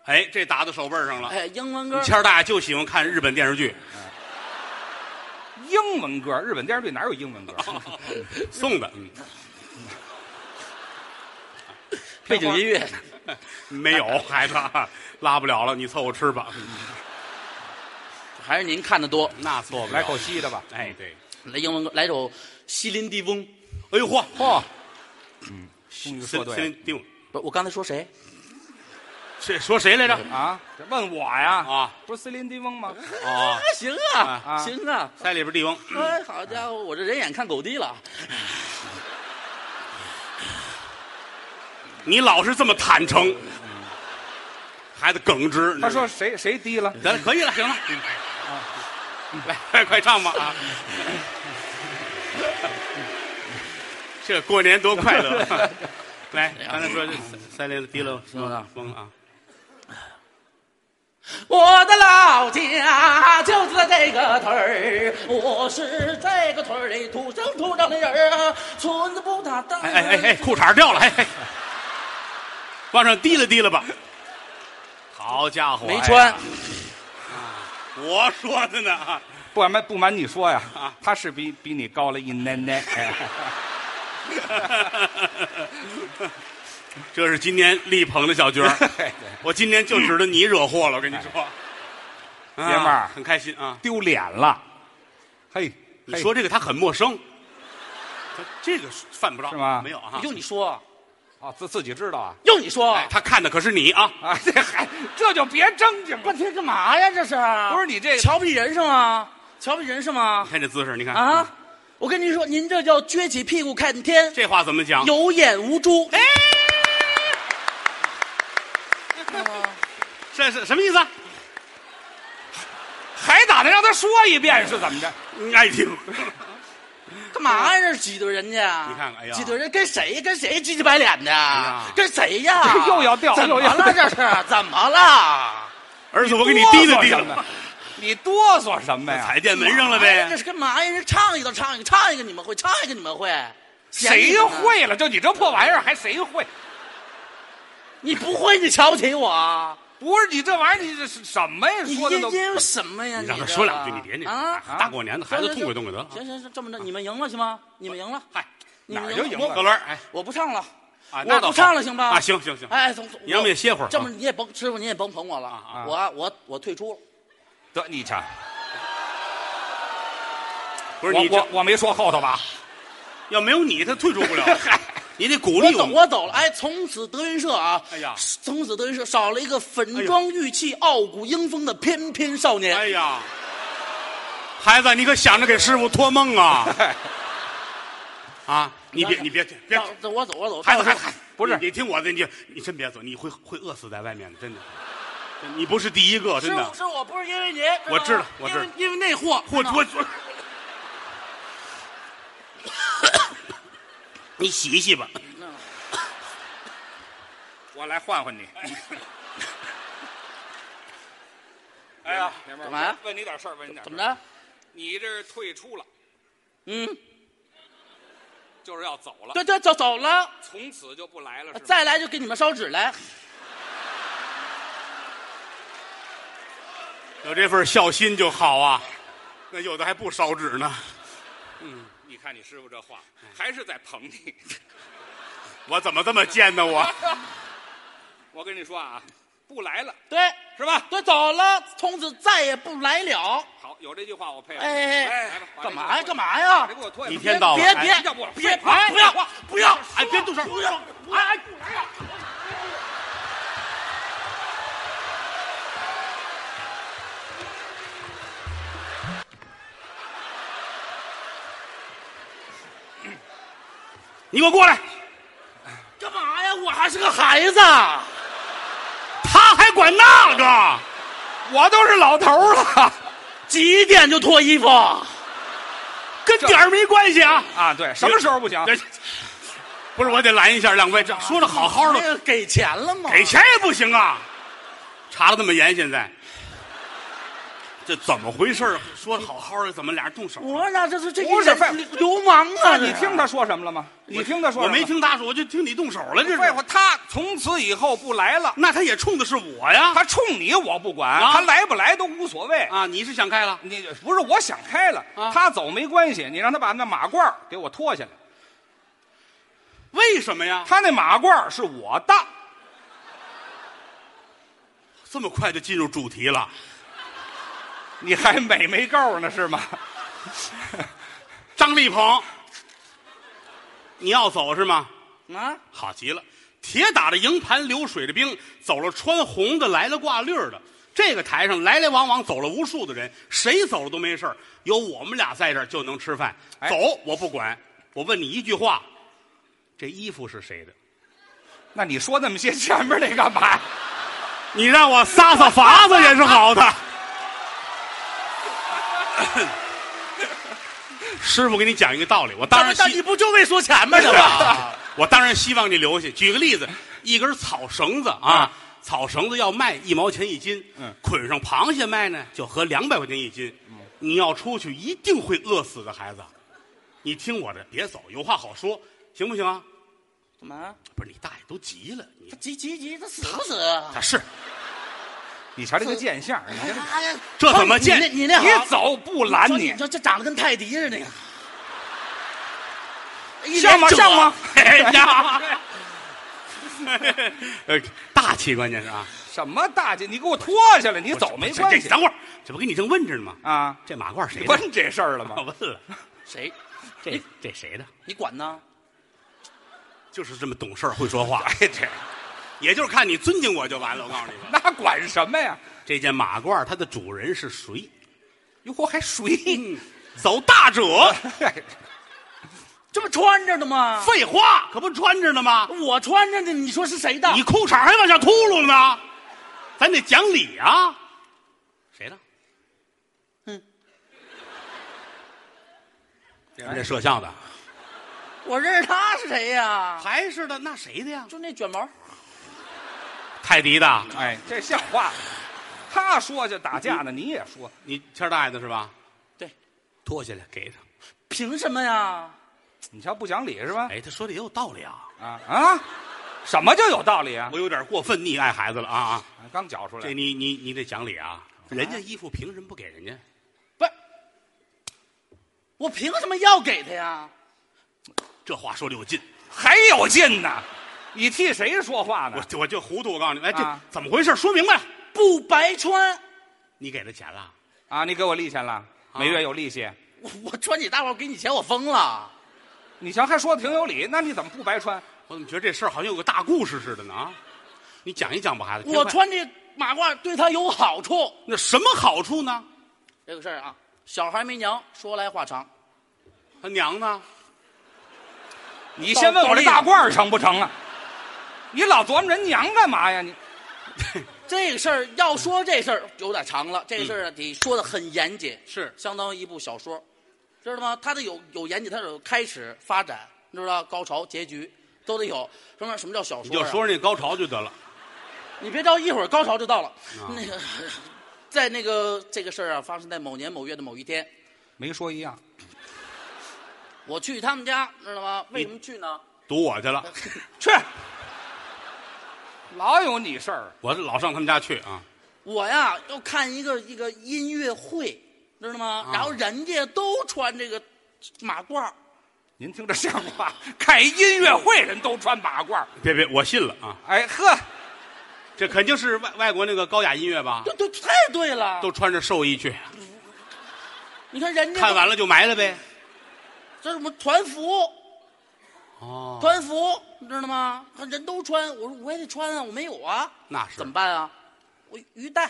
[SPEAKER 2] 哎，这打到手背上了。
[SPEAKER 4] 哎，英文歌，
[SPEAKER 2] 谦儿大爷就喜欢看日本电视剧，
[SPEAKER 3] 英文歌，日本电视剧哪有英文歌？
[SPEAKER 2] [laughs] 送的，嗯，
[SPEAKER 4] 背景音乐。
[SPEAKER 2] 嗯没有孩子，拉不了了，你凑合吃吧。嗯
[SPEAKER 4] 还是您看的多，
[SPEAKER 2] 那错不了
[SPEAKER 3] 来口稀的吧。
[SPEAKER 2] 哎，对，
[SPEAKER 4] 来英文歌，来首《西林地翁》。
[SPEAKER 2] 哎呦嚯，
[SPEAKER 3] 嚯，嗯，终于
[SPEAKER 2] 森
[SPEAKER 3] 说对
[SPEAKER 2] 森定，
[SPEAKER 4] 不，我刚才说谁？
[SPEAKER 2] 这说谁来着？
[SPEAKER 3] 了啊！这问我呀？
[SPEAKER 2] 啊，
[SPEAKER 3] 不是斯林迪翁吗？
[SPEAKER 2] 哦，
[SPEAKER 4] 行啊，
[SPEAKER 3] 啊
[SPEAKER 4] 行啊，
[SPEAKER 2] 塞里边地翁，
[SPEAKER 4] 哎，好家伙，我这人眼看狗低了。
[SPEAKER 2] 你老是这么坦诚，
[SPEAKER 3] 嗯
[SPEAKER 2] 孩子耿直。
[SPEAKER 3] 他说谁谁低了？
[SPEAKER 2] 咱可以了，行了，来快快唱吧啊！这过年多快乐！来，刚才说这三三连提了，
[SPEAKER 4] 行了
[SPEAKER 2] 疯了啊！
[SPEAKER 4] 我的老家就在这个屯儿，我是这个屯儿里土生土长的人儿啊，村子不打大。
[SPEAKER 2] 哎哎哎哎，裤衩掉了，哎哎，往上提了提了吧。好家伙，
[SPEAKER 4] 没穿
[SPEAKER 2] 哎呀我说的呢啊！
[SPEAKER 3] 不瞒不瞒你说呀
[SPEAKER 2] 啊，
[SPEAKER 3] 他是比比你高了一奶奶。哎
[SPEAKER 2] [laughs] 这是今年力捧的小角儿，
[SPEAKER 3] 哎
[SPEAKER 2] 我今年就指着你惹祸了，我跟你说，啊
[SPEAKER 3] 爷们儿
[SPEAKER 2] 很开心啊！
[SPEAKER 3] 丢脸了。嘿，
[SPEAKER 2] 你说这个他很陌生，他这个犯不着
[SPEAKER 3] 是吗
[SPEAKER 2] 没有啊，
[SPEAKER 4] 用你说，
[SPEAKER 3] 啊，自自己知道啊？
[SPEAKER 4] 用你说，
[SPEAKER 2] 哎，他看的可是你啊，
[SPEAKER 3] 啊，这还 [laughs] 这就别正经了。
[SPEAKER 4] 半天干嘛呀？这是
[SPEAKER 3] 不是你这
[SPEAKER 4] 瞧不起人是
[SPEAKER 6] 啊
[SPEAKER 4] 吗？瞧不起人是吗
[SPEAKER 2] 你？看这姿势，你看，
[SPEAKER 4] 啊，我跟您说，您这叫撅起屁股看天，
[SPEAKER 2] 这话怎么讲？
[SPEAKER 4] 有眼无珠。哎，
[SPEAKER 2] 这是什么意思啊？
[SPEAKER 3] 还打呢，让他说一遍是怎么着？？
[SPEAKER 2] 你爱听。
[SPEAKER 6] 干嘛呀？这是挤兑人家？
[SPEAKER 2] 你看看哎呀
[SPEAKER 6] 挤兑人跟谁跟谁急急白脸
[SPEAKER 2] [laughs]
[SPEAKER 6] 的？
[SPEAKER 2] 呀
[SPEAKER 6] 跟谁呀
[SPEAKER 3] 又要掉
[SPEAKER 6] 怎么
[SPEAKER 3] 又要
[SPEAKER 6] 了？这是怎么了？
[SPEAKER 2] 而且我给你提了提
[SPEAKER 3] 什
[SPEAKER 2] 了
[SPEAKER 3] 么，？你哆嗦什么啊呀？
[SPEAKER 2] 踩电门上了呗
[SPEAKER 6] 哎这。是干嘛呀？人唱一个唱一个唱一个，你们会唱一个你们会？
[SPEAKER 3] 谁
[SPEAKER 6] 嫌弃呢？
[SPEAKER 3] 会了？就你这破玩意儿，还谁会？
[SPEAKER 6] 你不会，你瞧不起我啊？
[SPEAKER 3] 不是你这玩意儿，你这是什么呀？
[SPEAKER 6] 你
[SPEAKER 3] 说的
[SPEAKER 6] 因
[SPEAKER 3] 都
[SPEAKER 6] 因为什么呀？
[SPEAKER 2] 你让他
[SPEAKER 6] 这
[SPEAKER 2] 说
[SPEAKER 6] 个
[SPEAKER 2] 两句，你别那
[SPEAKER 6] 啊！
[SPEAKER 2] 个，哎大过年的，孩子痛快痛快得了。
[SPEAKER 6] 行行行，这么着，你们赢了行吗？你们赢了，
[SPEAKER 2] 嗨，
[SPEAKER 6] 你们
[SPEAKER 3] 哪儿就
[SPEAKER 6] 赢
[SPEAKER 3] 赢
[SPEAKER 6] 了
[SPEAKER 3] 了
[SPEAKER 2] 葛伦，哎，
[SPEAKER 6] 我不唱了，
[SPEAKER 2] 啊那倒
[SPEAKER 6] 我不
[SPEAKER 2] 好
[SPEAKER 6] 唱了，行吧？
[SPEAKER 2] 啊行行行
[SPEAKER 6] 哎，从
[SPEAKER 2] 你要不也歇会儿啊
[SPEAKER 6] 这么你也甭师傅，你也甭捧我了，
[SPEAKER 2] 啊
[SPEAKER 6] 我我我退出了。
[SPEAKER 3] 得你瞧，
[SPEAKER 2] 不
[SPEAKER 3] 不
[SPEAKER 2] 是你
[SPEAKER 3] 我
[SPEAKER 2] 这
[SPEAKER 3] 我没说后头吧？
[SPEAKER 2] 要没有你，他退出不了。 [laughs] 你得鼓
[SPEAKER 6] 我
[SPEAKER 2] 励
[SPEAKER 6] 走，
[SPEAKER 2] 们。
[SPEAKER 6] 我走了。哎，从此德云社啊，
[SPEAKER 2] 哎呀
[SPEAKER 6] 从此德云社少了一个粉妆玉砌、傲骨英风的翩翩少年。
[SPEAKER 2] 哎呀，孩子，你可想着给师傅托梦
[SPEAKER 6] [laughs]
[SPEAKER 2] 啊！啊，你别你别别
[SPEAKER 6] 让，走我走我走，
[SPEAKER 2] 孩子孩子，孩子
[SPEAKER 3] 不是
[SPEAKER 2] 你你听我的，你你真别走，你会会饿死在外面的，真的。真你不是第一个，
[SPEAKER 6] 师
[SPEAKER 2] 真的
[SPEAKER 6] 傅，。师傅，我不是因为您，
[SPEAKER 2] 我知道
[SPEAKER 6] 吗
[SPEAKER 2] 我知道
[SPEAKER 6] 因为因为那货，
[SPEAKER 2] 我
[SPEAKER 6] 真的
[SPEAKER 2] 我 [coughs] 我，你洗洗吧。
[SPEAKER 3] 我来换换你。哎呀，娘们
[SPEAKER 6] 干嘛呀
[SPEAKER 3] 问你点事儿，问你点事
[SPEAKER 6] 怎
[SPEAKER 3] 儿
[SPEAKER 6] 么？着？
[SPEAKER 3] 你这是退出了，
[SPEAKER 6] 嗯，
[SPEAKER 3] 就是要走了，
[SPEAKER 6] 对对，走走了，
[SPEAKER 3] 从此就不来了，是吧？
[SPEAKER 6] 再来就给你们烧纸来。
[SPEAKER 2] 有这份孝心就好啊。那有的还不烧纸呢。
[SPEAKER 3] 你看你师傅这话，还是在捧你。
[SPEAKER 2] 我怎么这么贱呢？我
[SPEAKER 3] 我跟你说啊，不来了，
[SPEAKER 6] 对，
[SPEAKER 3] 是吧？
[SPEAKER 6] 对，走了，从此再也不来了。
[SPEAKER 3] 好，有这句话我配合你。
[SPEAKER 6] 哎
[SPEAKER 3] 来吧，
[SPEAKER 6] 干嘛呀？干
[SPEAKER 3] 嘛？
[SPEAKER 6] 嘛呀
[SPEAKER 3] 别？给我退了！
[SPEAKER 2] 一天到晚
[SPEAKER 6] 别别
[SPEAKER 3] 要不
[SPEAKER 6] 别
[SPEAKER 3] 不要
[SPEAKER 6] 不要不要！
[SPEAKER 2] 哎，别动手！不要！哎， [laughs] 你给我过来！
[SPEAKER 6] 干嘛呀？我还是个孩子。
[SPEAKER 2] 他还管那个？
[SPEAKER 3] 我都是老头
[SPEAKER 2] [laughs]
[SPEAKER 3] 儿了
[SPEAKER 6] 几点就脱衣服？
[SPEAKER 2] 跟点儿没关系啊！
[SPEAKER 3] 啊！对，什么时候不行？
[SPEAKER 2] 这不是，我得拦一下两位，这说的好好
[SPEAKER 6] 那
[SPEAKER 2] 的，
[SPEAKER 6] 个给钱了吗？
[SPEAKER 2] 给钱也不行啊！查的那么严，现在这怎么回事儿？说的好好的，怎么俩人动手了？
[SPEAKER 6] 我呀，这是这
[SPEAKER 3] 不是废
[SPEAKER 6] 人流氓啊！
[SPEAKER 3] 你听他说什么了吗？你听他说
[SPEAKER 2] 我
[SPEAKER 3] 什么
[SPEAKER 2] 没。听他说，我就听你动手了，这
[SPEAKER 3] 废
[SPEAKER 2] 是。
[SPEAKER 3] 话，他从此以后不来了。
[SPEAKER 2] 那他也冲的是我呀！
[SPEAKER 3] 他冲你我不管，
[SPEAKER 2] 啊
[SPEAKER 3] 他来不来都无所谓。
[SPEAKER 2] 啊，你是想开了？
[SPEAKER 3] 你不是我想开了，他走没关系，你让他把那马褂儿给我脱下来。
[SPEAKER 2] 为什么呀？
[SPEAKER 3] 他那马褂儿是我的，
[SPEAKER 2] 这么快就进入主题了，
[SPEAKER 3] 你还美没够呢是吗？
[SPEAKER 2] 张立鹏，你要走是吗？
[SPEAKER 6] 他啊，
[SPEAKER 2] 好极了，铁打的营盘，流水的兵，走了穿红的，来了挂绿儿的。这个台上来来往往走了无数的人，谁走了都没事儿有我们俩在这儿就能吃饭。
[SPEAKER 3] 哎
[SPEAKER 2] 走，我不管。我问你一句话，这衣服是谁的？
[SPEAKER 3] 那你说那么些前面那干嘛呀？
[SPEAKER 2] 你让我撒撒法子也是好的。
[SPEAKER 6] [laughs]
[SPEAKER 2] 师傅给你讲一个道理，我当然
[SPEAKER 6] 那
[SPEAKER 2] 希
[SPEAKER 6] 你不就为说钱吗？这
[SPEAKER 2] [laughs]
[SPEAKER 6] 不，
[SPEAKER 2] 我当然希望你留下。举个例子，一根草绳子啊，
[SPEAKER 6] 嗯
[SPEAKER 2] 草绳子要卖一毛钱一斤，
[SPEAKER 3] 嗯
[SPEAKER 2] 捆上螃蟹卖呢，就合两百块钱一斤。
[SPEAKER 6] 嗯
[SPEAKER 2] 你要出去一定会饿死的，孩子，你听我的，别走，有话好说，行不行啊？
[SPEAKER 6] 怎么？
[SPEAKER 2] 不是你大爷都急了，你
[SPEAKER 6] 急急急，他死不死啊？
[SPEAKER 2] 他是
[SPEAKER 3] 你瞧这个贱相儿，你这
[SPEAKER 6] 哎呀
[SPEAKER 2] 这怎么见
[SPEAKER 6] 你那你那好
[SPEAKER 3] 你走不拦
[SPEAKER 6] 说
[SPEAKER 3] 你
[SPEAKER 6] 你，这这长得跟泰迪似的，你
[SPEAKER 3] 像吗？像吗？？
[SPEAKER 2] [laughs] 哎呀，呃， [laughs] 大气关键是啊，
[SPEAKER 3] 什么大姐，你给我脱下来，你走没
[SPEAKER 2] 这
[SPEAKER 3] 关
[SPEAKER 2] 这
[SPEAKER 3] 系
[SPEAKER 2] 等会儿，这不跟你正问着呢吗？
[SPEAKER 3] 啊？
[SPEAKER 2] 这马褂谁
[SPEAKER 3] 你
[SPEAKER 2] 的？
[SPEAKER 3] 问这事儿了
[SPEAKER 2] [laughs] 我
[SPEAKER 3] 吗？
[SPEAKER 2] 问了，
[SPEAKER 6] 谁？
[SPEAKER 2] 这这谁的？
[SPEAKER 6] 你管呢？
[SPEAKER 2] 就是这么懂事儿，会说话，
[SPEAKER 3] 哎，这
[SPEAKER 2] 也就是看你尊敬我就完了。我告诉你吧，
[SPEAKER 3] 那管什么呀？
[SPEAKER 2] 这件马褂它的主人是谁？
[SPEAKER 3] 哟嚯，还水，
[SPEAKER 2] 走大者，
[SPEAKER 6] 这不穿着的吗？
[SPEAKER 2] 废话，可不穿着呢吗？
[SPEAKER 6] 我穿着的，你说是谁的？
[SPEAKER 2] [laughs] 你裤衩还往下秃噜呢，咱得讲理啊。谁的？ [laughs]
[SPEAKER 6] 嗯，
[SPEAKER 2] 这这摄像的
[SPEAKER 4] 我认识他是谁呀？
[SPEAKER 2] 还是的，那谁的呀？
[SPEAKER 4] 就那卷毛，
[SPEAKER 2] 泰迪的，
[SPEAKER 3] 哎，这像话吗？他说就打架呢，你也说，
[SPEAKER 2] 你谦儿大爷的是吧？
[SPEAKER 4] 对，
[SPEAKER 2] 脱下来给他。
[SPEAKER 4] 凭什么呀？
[SPEAKER 3] 你瞧不讲理是吧？
[SPEAKER 2] 哎，他说的也有道理啊，
[SPEAKER 3] 啊啊，什么叫有道理啊？
[SPEAKER 2] 我有点过分溺爱孩子了啊啊！
[SPEAKER 3] 刚搅出来
[SPEAKER 2] 这，你你你得讲理啊！人家衣服凭什么不给人家？
[SPEAKER 4] 不是，我凭什么要给他呀？
[SPEAKER 2] 这话说的有劲，
[SPEAKER 3] 还有劲呢？你替谁说话呢？
[SPEAKER 2] 我我就糊涂。我告诉你，哎，这
[SPEAKER 3] 啊
[SPEAKER 2] 怎么回事？说明白。
[SPEAKER 4] 不白穿，
[SPEAKER 2] 你给他钱了？
[SPEAKER 3] 啊，你给我利钱了，每月有利息。
[SPEAKER 4] 我我穿你大褂给你钱，我疯了。
[SPEAKER 3] 你瞧，还说的挺有理，那你怎么不白穿？
[SPEAKER 2] 我怎么觉得这事儿好像有个大故事似的呢？啊，你讲一讲吧，孩子。
[SPEAKER 4] 我
[SPEAKER 2] 听话
[SPEAKER 4] 穿这马褂对他有好处。
[SPEAKER 2] 那什么好处呢？
[SPEAKER 4] 这个事儿啊，小孩没娘，说来话长。
[SPEAKER 2] 他娘呢？
[SPEAKER 3] 你先问我这
[SPEAKER 4] 道
[SPEAKER 3] 大
[SPEAKER 4] 道理
[SPEAKER 3] 褂儿成不成啊？你老琢磨人娘干嘛呀？你
[SPEAKER 4] 这个事儿要说这事儿有点长了，这个事儿啊得说的很严谨，
[SPEAKER 2] 嗯是
[SPEAKER 4] 相当于一部小说，知道吗？它得有有严谨，它有开始、发展，你知道高潮、结局都得有。什么什么叫小
[SPEAKER 2] 你
[SPEAKER 4] 说、
[SPEAKER 2] 就
[SPEAKER 4] 啊？
[SPEAKER 2] 说说那高潮就得了。
[SPEAKER 4] 你别着急，一会儿高潮就到了。
[SPEAKER 2] 啊
[SPEAKER 4] 那个， [laughs] 在那个这个事儿啊，发生在某年某月的某一天，
[SPEAKER 3] 没说一样，
[SPEAKER 4] 我去他们家，知道吗？为什么去呢？
[SPEAKER 2] 堵我去了，
[SPEAKER 3] 去，老有你事儿。
[SPEAKER 2] 我老上他们家去啊。
[SPEAKER 4] 我呀要看一个一个音乐会，知道
[SPEAKER 2] 啊
[SPEAKER 4] 吗？然后人家都穿这个马褂儿，
[SPEAKER 3] 您听着像话？ [laughs] 开音乐会人都穿马褂儿，
[SPEAKER 2] 别别，我信了啊！
[SPEAKER 3] 哎呵，
[SPEAKER 2] 这肯定是外外国那个高雅音乐吧？
[SPEAKER 4] 对对，太对了。
[SPEAKER 2] 都穿着寿衣去，
[SPEAKER 4] 你看人家
[SPEAKER 2] 看完了就埋了呗。
[SPEAKER 4] 这是我们团服，
[SPEAKER 2] 哦，
[SPEAKER 4] 团服，你知道吗？看人都穿，我说我也得穿啊，我没有啊，
[SPEAKER 2] 那是
[SPEAKER 4] 怎么办啊？我鱼带，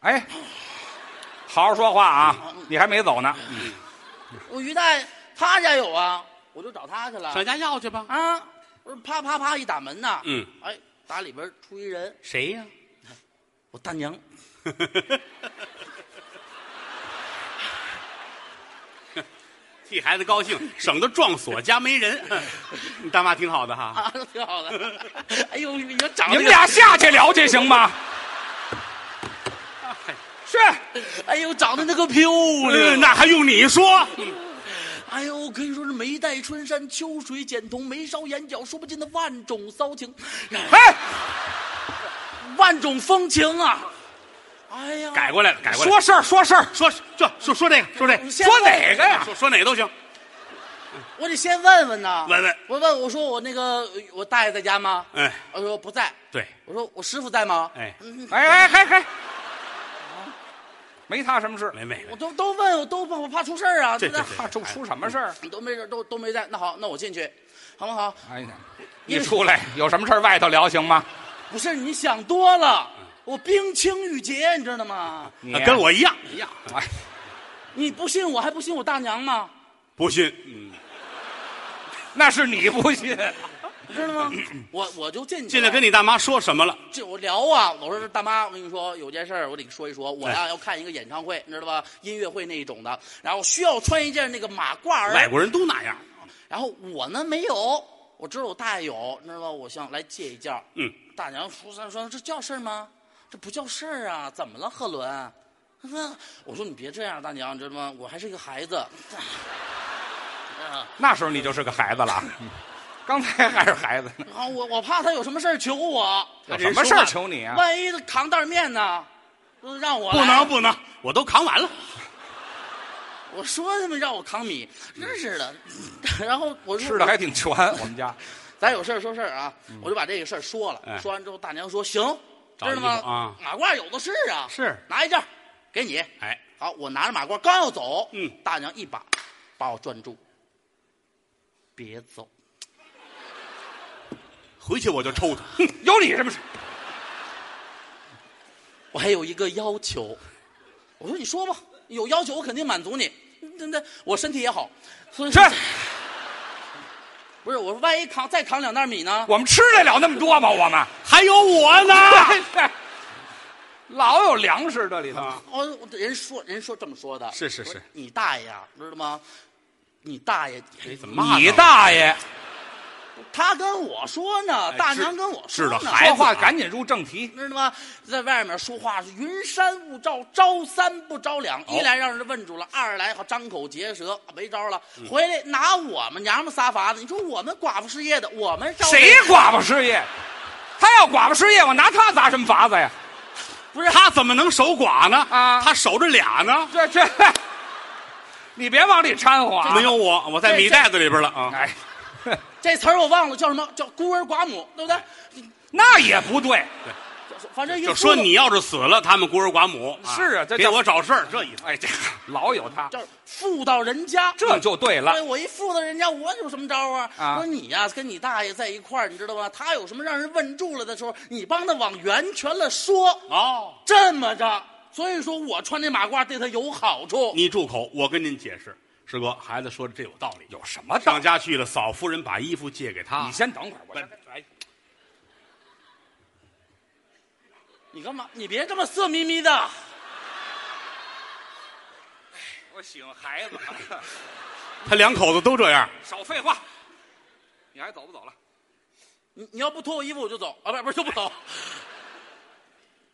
[SPEAKER 3] 哎，好好说话啊！你还没走呢，
[SPEAKER 4] 我鱼带他家有啊，我就找他去了
[SPEAKER 2] 上家要去吧？
[SPEAKER 4] 啊。我说啪啪啪一打门呐，
[SPEAKER 2] 嗯，
[SPEAKER 4] 哎，打里边出一人，
[SPEAKER 2] 谁呀？
[SPEAKER 4] 我
[SPEAKER 2] [laughs]
[SPEAKER 4] 大娘，
[SPEAKER 2] 替孩子高兴，省得撞锁家没
[SPEAKER 4] [laughs]
[SPEAKER 2] 人。你大妈挺好的哈，
[SPEAKER 4] 啊，
[SPEAKER 2] [laughs]
[SPEAKER 4] 挺好的。哎呦，你说长
[SPEAKER 3] 你
[SPEAKER 4] 得
[SPEAKER 3] 们俩下去聊去行吗？是，
[SPEAKER 4] 哎呦，长得那个漂
[SPEAKER 2] 嗯
[SPEAKER 4] 亮，
[SPEAKER 2] 那还用你
[SPEAKER 4] [laughs]
[SPEAKER 2] 说？
[SPEAKER 4] 哎呦，我可以说是眉黛春山，秋水剪瞳，眉梢眼角，说不尽的万种骚情，
[SPEAKER 3] 哎，
[SPEAKER 4] 万种风情啊！哎呀，
[SPEAKER 2] 改过来了，改过来
[SPEAKER 3] 说
[SPEAKER 2] 了。
[SPEAKER 3] 事儿说事儿，
[SPEAKER 2] 说说说说这个，说这个，
[SPEAKER 4] 先
[SPEAKER 3] 说哪个呀
[SPEAKER 2] 说？说哪个都行。
[SPEAKER 4] 我得先问问呐，
[SPEAKER 2] 问问
[SPEAKER 4] 我问我说我那个呃我大爷在家吗？
[SPEAKER 2] 哎，
[SPEAKER 4] 我说不在。
[SPEAKER 2] 对，
[SPEAKER 4] 我说我师傅在吗？
[SPEAKER 2] 哎，
[SPEAKER 3] 哎哎哎哎，没他什么事儿，
[SPEAKER 2] 没没没
[SPEAKER 4] 我，都都问，我都问，我怕出事儿啊。
[SPEAKER 2] 这哎
[SPEAKER 4] 对不
[SPEAKER 2] 这
[SPEAKER 4] 对
[SPEAKER 3] 怕出出什么事儿？
[SPEAKER 4] 都没事，都都没在。那好，那我进去，好不好？
[SPEAKER 3] 哎呀，一出来有什么事儿外头聊行吗？
[SPEAKER 4] 不是你想多了，我冰清玉洁，你知道吗？
[SPEAKER 3] 你
[SPEAKER 2] 啊跟我一样一样，
[SPEAKER 3] 哎
[SPEAKER 4] 你不信我还不信我大娘吗？
[SPEAKER 2] 不信。嗯，
[SPEAKER 3] 那是你不信，
[SPEAKER 4] 知道吗？我我就进去了，
[SPEAKER 2] 进来跟你大妈说什么了？
[SPEAKER 4] 这我聊啊，我说大妈，我跟你说有件事儿，我得说一说。我呀要看一个演唱会，你知道吧？音乐会那一种的，然后需要穿一件那个马
[SPEAKER 3] 嗯
[SPEAKER 4] 褂儿。啊
[SPEAKER 2] 外国人都那样。
[SPEAKER 4] 然后我呢没有，我知道我大爷有，你知道吧？我想来借一件儿。
[SPEAKER 2] 嗯，
[SPEAKER 4] 大娘说说说这叫事儿吗？这不叫事儿啊！怎么了，贺伦？ [laughs] 他说我说你别这样，大娘，你知道吗？我还是一个孩子。 [laughs] 啊，
[SPEAKER 3] 那时候你就是个孩子了，刚才还是孩子呢，
[SPEAKER 4] 然后我我怕他有什么事儿求我，
[SPEAKER 3] 有什么事儿求你啊？
[SPEAKER 4] 万一他扛袋儿面呢？呃让我
[SPEAKER 2] 不
[SPEAKER 4] 来
[SPEAKER 2] 能不能，我都扛完了。
[SPEAKER 4] 我说他们让我扛米，真是的。 [laughs] 然后我说
[SPEAKER 3] 吃的还挺全，我们家
[SPEAKER 4] 咱有事儿说事儿啊，我就把这个事儿说了。
[SPEAKER 2] 嗯哎
[SPEAKER 4] 说完之后，大娘说行，
[SPEAKER 2] 找
[SPEAKER 4] 知道吗？
[SPEAKER 2] 衣服啊
[SPEAKER 4] 马褂有的是啊，
[SPEAKER 2] 是
[SPEAKER 4] 拿一件儿给你。
[SPEAKER 2] 哎，
[SPEAKER 4] 好，我拿着马褂刚要走，
[SPEAKER 2] 嗯
[SPEAKER 4] 大娘一把把我攥住，别走。
[SPEAKER 2] 回去我就
[SPEAKER 3] [laughs]
[SPEAKER 2] 抽他。
[SPEAKER 3] 有你什么事？
[SPEAKER 4] 我还有一个要求，我说你说吧，有要求我肯定满足你。那那我身体也好，所以
[SPEAKER 3] 是
[SPEAKER 4] [laughs] 不是我说万一扛再扛两袋米呢？
[SPEAKER 3] 我们吃得了那么多吗？我们
[SPEAKER 2] 还有我
[SPEAKER 3] [laughs]
[SPEAKER 2] 呢。
[SPEAKER 3] 老有粮食这里头，
[SPEAKER 2] 啊
[SPEAKER 4] 哦，人说人说这么说的，
[SPEAKER 2] 是是是
[SPEAKER 4] 说你大爷啊，知道吗？你大爷！
[SPEAKER 2] 哎，怎么骂
[SPEAKER 3] 你
[SPEAKER 2] 他
[SPEAKER 3] 大爷！
[SPEAKER 4] 他跟我说呢，
[SPEAKER 2] 哎
[SPEAKER 4] 大
[SPEAKER 2] 是
[SPEAKER 4] 娘跟我说
[SPEAKER 2] 是的
[SPEAKER 4] 呢，
[SPEAKER 2] 孩
[SPEAKER 3] 说
[SPEAKER 2] 子
[SPEAKER 3] 话
[SPEAKER 2] 啊
[SPEAKER 3] 赶紧入正题。
[SPEAKER 4] 知道吗？在外面说话是云山雾罩，招三不招两。
[SPEAKER 2] 哦
[SPEAKER 4] 一来让人问住了，二来好张口结舌，啊没招了。
[SPEAKER 2] 嗯
[SPEAKER 4] 回来拿我们娘们仨法子，你说我们寡妇失业的，我们招
[SPEAKER 3] 谁
[SPEAKER 4] 谁
[SPEAKER 3] 寡妇失业？他要寡妇失业，我拿他砸什么法子呀？
[SPEAKER 4] 不是
[SPEAKER 2] 他怎么能守寡呢？
[SPEAKER 3] 啊
[SPEAKER 2] 他守着俩呢。
[SPEAKER 3] 这这， [laughs] 你别往里掺和啊！
[SPEAKER 2] 没有我，我在
[SPEAKER 4] 这
[SPEAKER 2] 米袋子里边了啊！
[SPEAKER 3] 哎，
[SPEAKER 4] 这词儿我忘了叫什么，叫孤儿寡母，对不对？
[SPEAKER 3] 那也不对。
[SPEAKER 4] 反正一
[SPEAKER 2] 哎就说你要是死了，他们孤儿寡母啊
[SPEAKER 3] 哎是啊这
[SPEAKER 2] 给
[SPEAKER 3] 叫
[SPEAKER 2] 我找事儿，这意思。
[SPEAKER 3] 哎，这老有他，
[SPEAKER 4] 叫妇到人家，
[SPEAKER 3] 这就对了
[SPEAKER 4] 对，。我一妇到人家，我有什么招啊？
[SPEAKER 3] 啊
[SPEAKER 4] 我说你呀、跟你大爷在一块儿，你知道吧？他有什么让人问住了的时候，你帮他往圆全了说，
[SPEAKER 2] 哦，
[SPEAKER 4] 这么着。所以说我穿这马褂对他有好处。
[SPEAKER 2] 你住口！我跟您解释，师哥，孩子说的这有道理。
[SPEAKER 3] 有什么道
[SPEAKER 2] 上
[SPEAKER 3] 理？
[SPEAKER 2] 家去了，嫂夫人把衣服借给他
[SPEAKER 3] 你。先等会儿，我先哎
[SPEAKER 4] 你干嘛？你别这么色眯眯的。
[SPEAKER 3] 我喜欢孩子，
[SPEAKER 2] 他两口子都这样。
[SPEAKER 3] [laughs] 少废话。你还走不走了？
[SPEAKER 4] 你你要不脱我衣服我就走啊！不是不是就不走。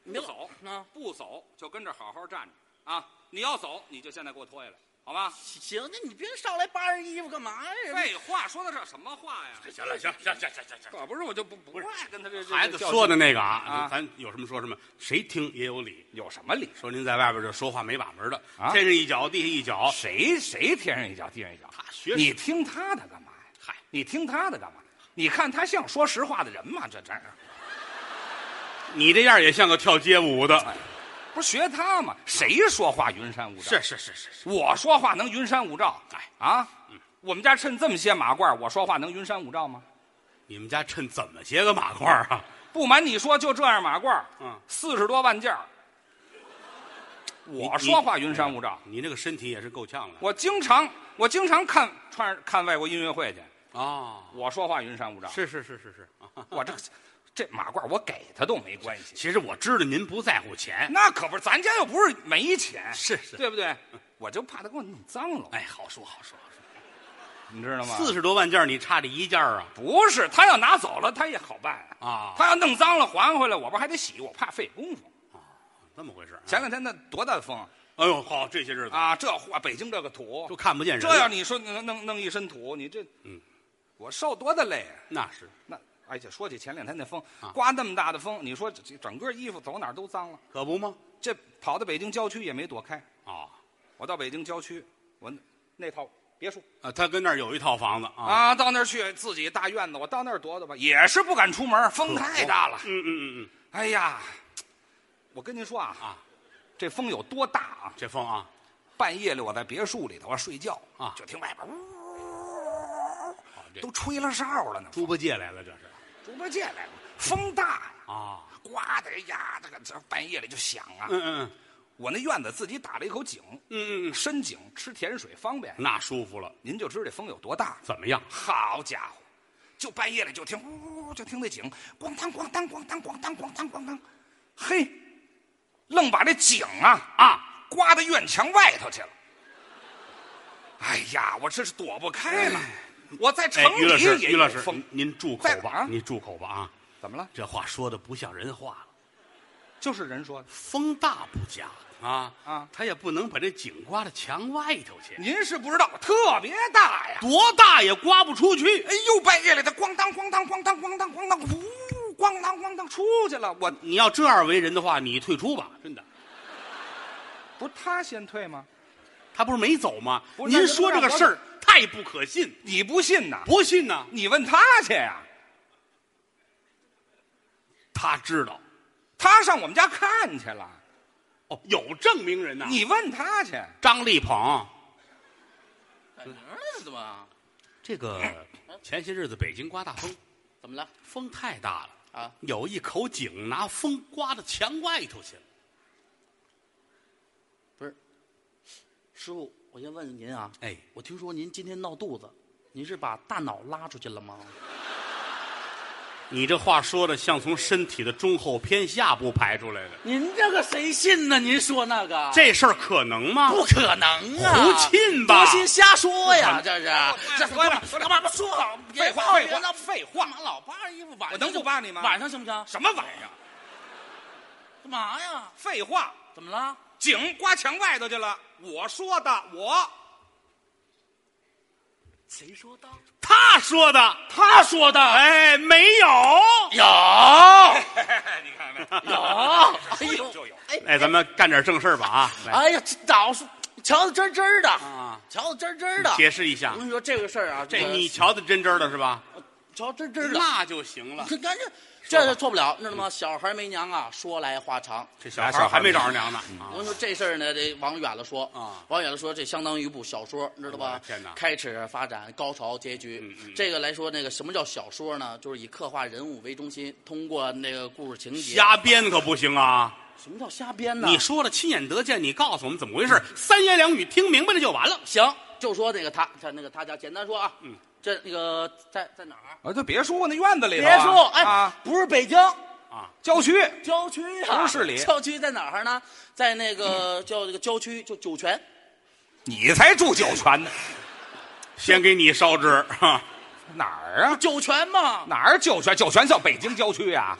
[SPEAKER 4] 你别
[SPEAKER 3] 不走
[SPEAKER 4] 啊！
[SPEAKER 3] 不走就跟这好好站着啊！你要走，你就现在给我脱下来，好吗？
[SPEAKER 4] 行，那你别上来扒人衣服干嘛呀？
[SPEAKER 3] 废话，说哎到这什么话呀？
[SPEAKER 2] 行了，行行行行行行。
[SPEAKER 3] 可不是，我就不不爱跟他这
[SPEAKER 2] 孩子说的那个啊
[SPEAKER 3] 啊，
[SPEAKER 2] 咱有什么说什么，谁听也有理。
[SPEAKER 3] 有什么理？
[SPEAKER 2] 说您在外边这说话没把门的
[SPEAKER 3] 啊，
[SPEAKER 2] 天上一脚，地下一脚。
[SPEAKER 3] 谁谁天上一脚地上一脚？
[SPEAKER 2] 他学
[SPEAKER 3] 你
[SPEAKER 2] 你
[SPEAKER 3] 听他的干嘛呀？
[SPEAKER 2] 嗨，
[SPEAKER 3] 你听他的干嘛？你看他像说实话的人吗？这这
[SPEAKER 2] 你这样也像个跳街舞的。
[SPEAKER 3] 不是学他吗？谁说话云山雾罩？
[SPEAKER 2] 是是是是是，
[SPEAKER 3] 我说话能云山雾罩？
[SPEAKER 2] 哎
[SPEAKER 3] 啊，我们家趁这么些马褂，我说话能云山雾罩吗？
[SPEAKER 2] 你们家趁怎么些个马褂啊？
[SPEAKER 3] 不瞒你说，就这样马褂，
[SPEAKER 2] 嗯
[SPEAKER 3] 四十多万件儿我
[SPEAKER 2] 你哎
[SPEAKER 3] 说话云山雾罩，
[SPEAKER 2] 你那个身体也是够呛的。
[SPEAKER 3] 我经常我经常看穿着看外国音乐会去，
[SPEAKER 2] 哦，
[SPEAKER 3] 我说话云山雾罩。
[SPEAKER 2] 是是是是是啊。
[SPEAKER 3] 我这这马褂我给他都没关系，
[SPEAKER 2] [laughs] 其实我知道您不在乎钱，
[SPEAKER 3] 那可不是，咱家又不是没钱，
[SPEAKER 2] 是是嗯
[SPEAKER 3] 对不对？我就怕他给我弄脏了，
[SPEAKER 2] 哎，好说好说好说。
[SPEAKER 3] 你知道吗？
[SPEAKER 2] 四十多万件儿，你差这一件儿啊？
[SPEAKER 3] 不是他要拿走了，他也好办
[SPEAKER 2] 啊
[SPEAKER 3] 他要弄脏了还回来，我不还得洗？我怕费功夫。
[SPEAKER 2] 这么回事儿啊？
[SPEAKER 3] 前两天那多大风
[SPEAKER 2] 哎呦，好，这些日子
[SPEAKER 3] 啊！这话北京这个土
[SPEAKER 2] 都，看不见人
[SPEAKER 3] 这
[SPEAKER 2] 了。
[SPEAKER 3] 要你说弄弄弄一身土，你这
[SPEAKER 2] 嗯，
[SPEAKER 3] 我受多大累啊！
[SPEAKER 2] 那是
[SPEAKER 3] 那而且说起前两天那风
[SPEAKER 2] 啊，
[SPEAKER 3] 刮那么大的风，你说这这整个衣服走哪儿都脏了。
[SPEAKER 2] 可不吗？
[SPEAKER 3] 这跑到北京郊区也没躲开，
[SPEAKER 2] 啊
[SPEAKER 3] 我到北京郊区，我那那套别墅
[SPEAKER 2] 啊，他跟那儿有一套房子啊。
[SPEAKER 3] 啊，到那儿去自己大院子，我到那儿躲躲吧，也是不敢出门，风太大了。
[SPEAKER 2] 嗯嗯嗯嗯
[SPEAKER 3] 哎呀，我跟您说啊，
[SPEAKER 2] 啊，
[SPEAKER 3] 这风有多大啊？
[SPEAKER 2] 这风啊，
[SPEAKER 3] 半夜里我在别墅里头啊睡觉
[SPEAKER 2] 啊
[SPEAKER 3] 就听外边
[SPEAKER 2] 好
[SPEAKER 3] 呜，
[SPEAKER 2] 这
[SPEAKER 3] 都吹了哨了呢，
[SPEAKER 2] 猪八戒来了，这是
[SPEAKER 3] 猪八戒来了，
[SPEAKER 2] 嗯
[SPEAKER 3] 风大呀，
[SPEAKER 2] 啊。
[SPEAKER 3] 刮的呀，这个这半夜里就响啊。
[SPEAKER 2] 嗯嗯
[SPEAKER 3] 我那院子自己打了一口井，
[SPEAKER 2] 嗯嗯嗯，嗯
[SPEAKER 3] 深井吃甜水方便，
[SPEAKER 2] 那舒服了。
[SPEAKER 3] 您就知道这风有多大。
[SPEAKER 2] 怎么样？
[SPEAKER 3] 好家伙，就半夜里就听呜呜，就听那井咣当咣当咣当咣当咣当咣当，嘿，愣把这井啊啊刮到院墙外头去了。哎呀，我这是躲不开了，我在城
[SPEAKER 2] 哎，于老
[SPEAKER 3] 里
[SPEAKER 2] 师，
[SPEAKER 3] 也
[SPEAKER 2] 于老
[SPEAKER 3] 有
[SPEAKER 2] 师，嗯
[SPEAKER 3] 风
[SPEAKER 2] 您，您住口
[SPEAKER 3] 在
[SPEAKER 2] 吧
[SPEAKER 3] 啊，
[SPEAKER 2] 您住口吧啊！
[SPEAKER 3] 怎么了？
[SPEAKER 2] 这话说的不像人话了，
[SPEAKER 3] 就是人说的。
[SPEAKER 2] 风大不假啊
[SPEAKER 3] 啊
[SPEAKER 2] 他也不能把这井刮到墙外头去，
[SPEAKER 3] 您是不知道，特别大呀！
[SPEAKER 2] 多大也刮不出去。
[SPEAKER 3] 哎呦，半夜里它咣当咣当咣当咣当咣当，呜，咣当咣当出去了。我
[SPEAKER 2] 你要这样为人的话，你退出吧，真的。
[SPEAKER 3] 不是他先退吗？
[SPEAKER 2] 他不是没走吗？
[SPEAKER 3] 不是
[SPEAKER 2] 您
[SPEAKER 3] 那就
[SPEAKER 2] 说这个
[SPEAKER 3] 让我
[SPEAKER 2] 事儿太不可信，
[SPEAKER 3] 你不信呐？
[SPEAKER 2] 不信呢？
[SPEAKER 3] 你问他去呀、
[SPEAKER 2] 他知道
[SPEAKER 3] 他上我们家看去了，
[SPEAKER 2] 哦，有证明人呐。
[SPEAKER 3] 你问他去。
[SPEAKER 2] 张立鹏，
[SPEAKER 4] 哎你儿子嘛，
[SPEAKER 2] 这个前些日子北京刮大风，
[SPEAKER 4] 怎么了？
[SPEAKER 2] 风太大了
[SPEAKER 4] 啊！
[SPEAKER 2] 有一口井拿风刮到墙外头去了。
[SPEAKER 4] 不是，师傅，我先问问您啊，
[SPEAKER 2] 哎，
[SPEAKER 4] 我听说您今天闹肚子，您是把大脑拉出去了吗？
[SPEAKER 2] 你这话说的像从身体的中后偏下部排出来的，
[SPEAKER 4] 您这个谁信呢？您说那个
[SPEAKER 2] 这事儿可能吗？
[SPEAKER 4] 不可能啊！
[SPEAKER 2] 胡沁吧
[SPEAKER 4] 多心瞎说呀，这是这
[SPEAKER 3] 说吧
[SPEAKER 4] 干嘛说好？
[SPEAKER 3] 废话废话
[SPEAKER 4] 那废话，干嘛老扒着衣服晚上
[SPEAKER 3] 我能不
[SPEAKER 4] 就
[SPEAKER 3] 扒你吗
[SPEAKER 4] 晚上行不行？
[SPEAKER 3] 什么玩意儿？
[SPEAKER 4] 干嘛呀？
[SPEAKER 3] 废话，
[SPEAKER 4] 怎么了？
[SPEAKER 3] 井刮墙外头去了。我说的，我
[SPEAKER 4] 谁说的？
[SPEAKER 2] 他说的，
[SPEAKER 4] 他说的。
[SPEAKER 2] 哎，没有。
[SPEAKER 4] 有
[SPEAKER 3] 你看 [laughs] 看，
[SPEAKER 4] 有，哎
[SPEAKER 3] 说有
[SPEAKER 4] 呦
[SPEAKER 3] 就有，
[SPEAKER 4] 哎
[SPEAKER 2] 哎，咱们干点正事儿吧啊！来，
[SPEAKER 4] 哎呀，这倒是瞧得真真的，
[SPEAKER 2] 啊
[SPEAKER 4] 瞧得真真的。
[SPEAKER 2] 解释一下
[SPEAKER 4] 我，跟你说这个事儿啊，
[SPEAKER 2] 这
[SPEAKER 4] 个
[SPEAKER 2] 你瞧的真真的是吧？
[SPEAKER 4] 瞧真真的，
[SPEAKER 2] 那就行了。
[SPEAKER 4] 这赶紧，这是错不了，你知道吗？小孩没娘啊，说来话长。
[SPEAKER 2] 这小孩儿还没找着娘呢，啊
[SPEAKER 4] 我跟你说这事儿呢，得往远了说
[SPEAKER 2] 啊
[SPEAKER 4] 往远了说，这相当于一部小说，你知道
[SPEAKER 2] 我的
[SPEAKER 4] 吧？
[SPEAKER 2] 天哪
[SPEAKER 4] 开始、发展、高潮、结局。
[SPEAKER 2] 嗯嗯嗯
[SPEAKER 4] 这个来说，那个什么叫小说呢？就是以刻画人物为中心，通过那个故事情节。
[SPEAKER 2] 瞎编可不行啊！
[SPEAKER 4] 什么叫瞎编呢？
[SPEAKER 2] 你说了，亲眼得见，你告诉我们怎么回事，三言两语听明白了就完了。
[SPEAKER 4] 行，就说那个他，他那个他家，简单说啊，嗯，这那个在在哪儿？
[SPEAKER 3] 啊，就别说那院子里头啊
[SPEAKER 4] 别说，哎，
[SPEAKER 3] 啊，
[SPEAKER 4] 不是北京
[SPEAKER 2] 啊
[SPEAKER 3] 郊区
[SPEAKER 4] 郊区啊，
[SPEAKER 3] 不是市里
[SPEAKER 4] 郊区在哪儿呢？在那
[SPEAKER 2] 嗯
[SPEAKER 4] 个叫这个郊区，就酒泉。
[SPEAKER 3] 你才住酒泉呢，
[SPEAKER 2] 先给你烧纸，哈，
[SPEAKER 3] 哪儿啊？
[SPEAKER 4] 酒泉嘛，
[SPEAKER 2] 嗯
[SPEAKER 3] 哪儿酒泉？酒泉叫北京郊区啊？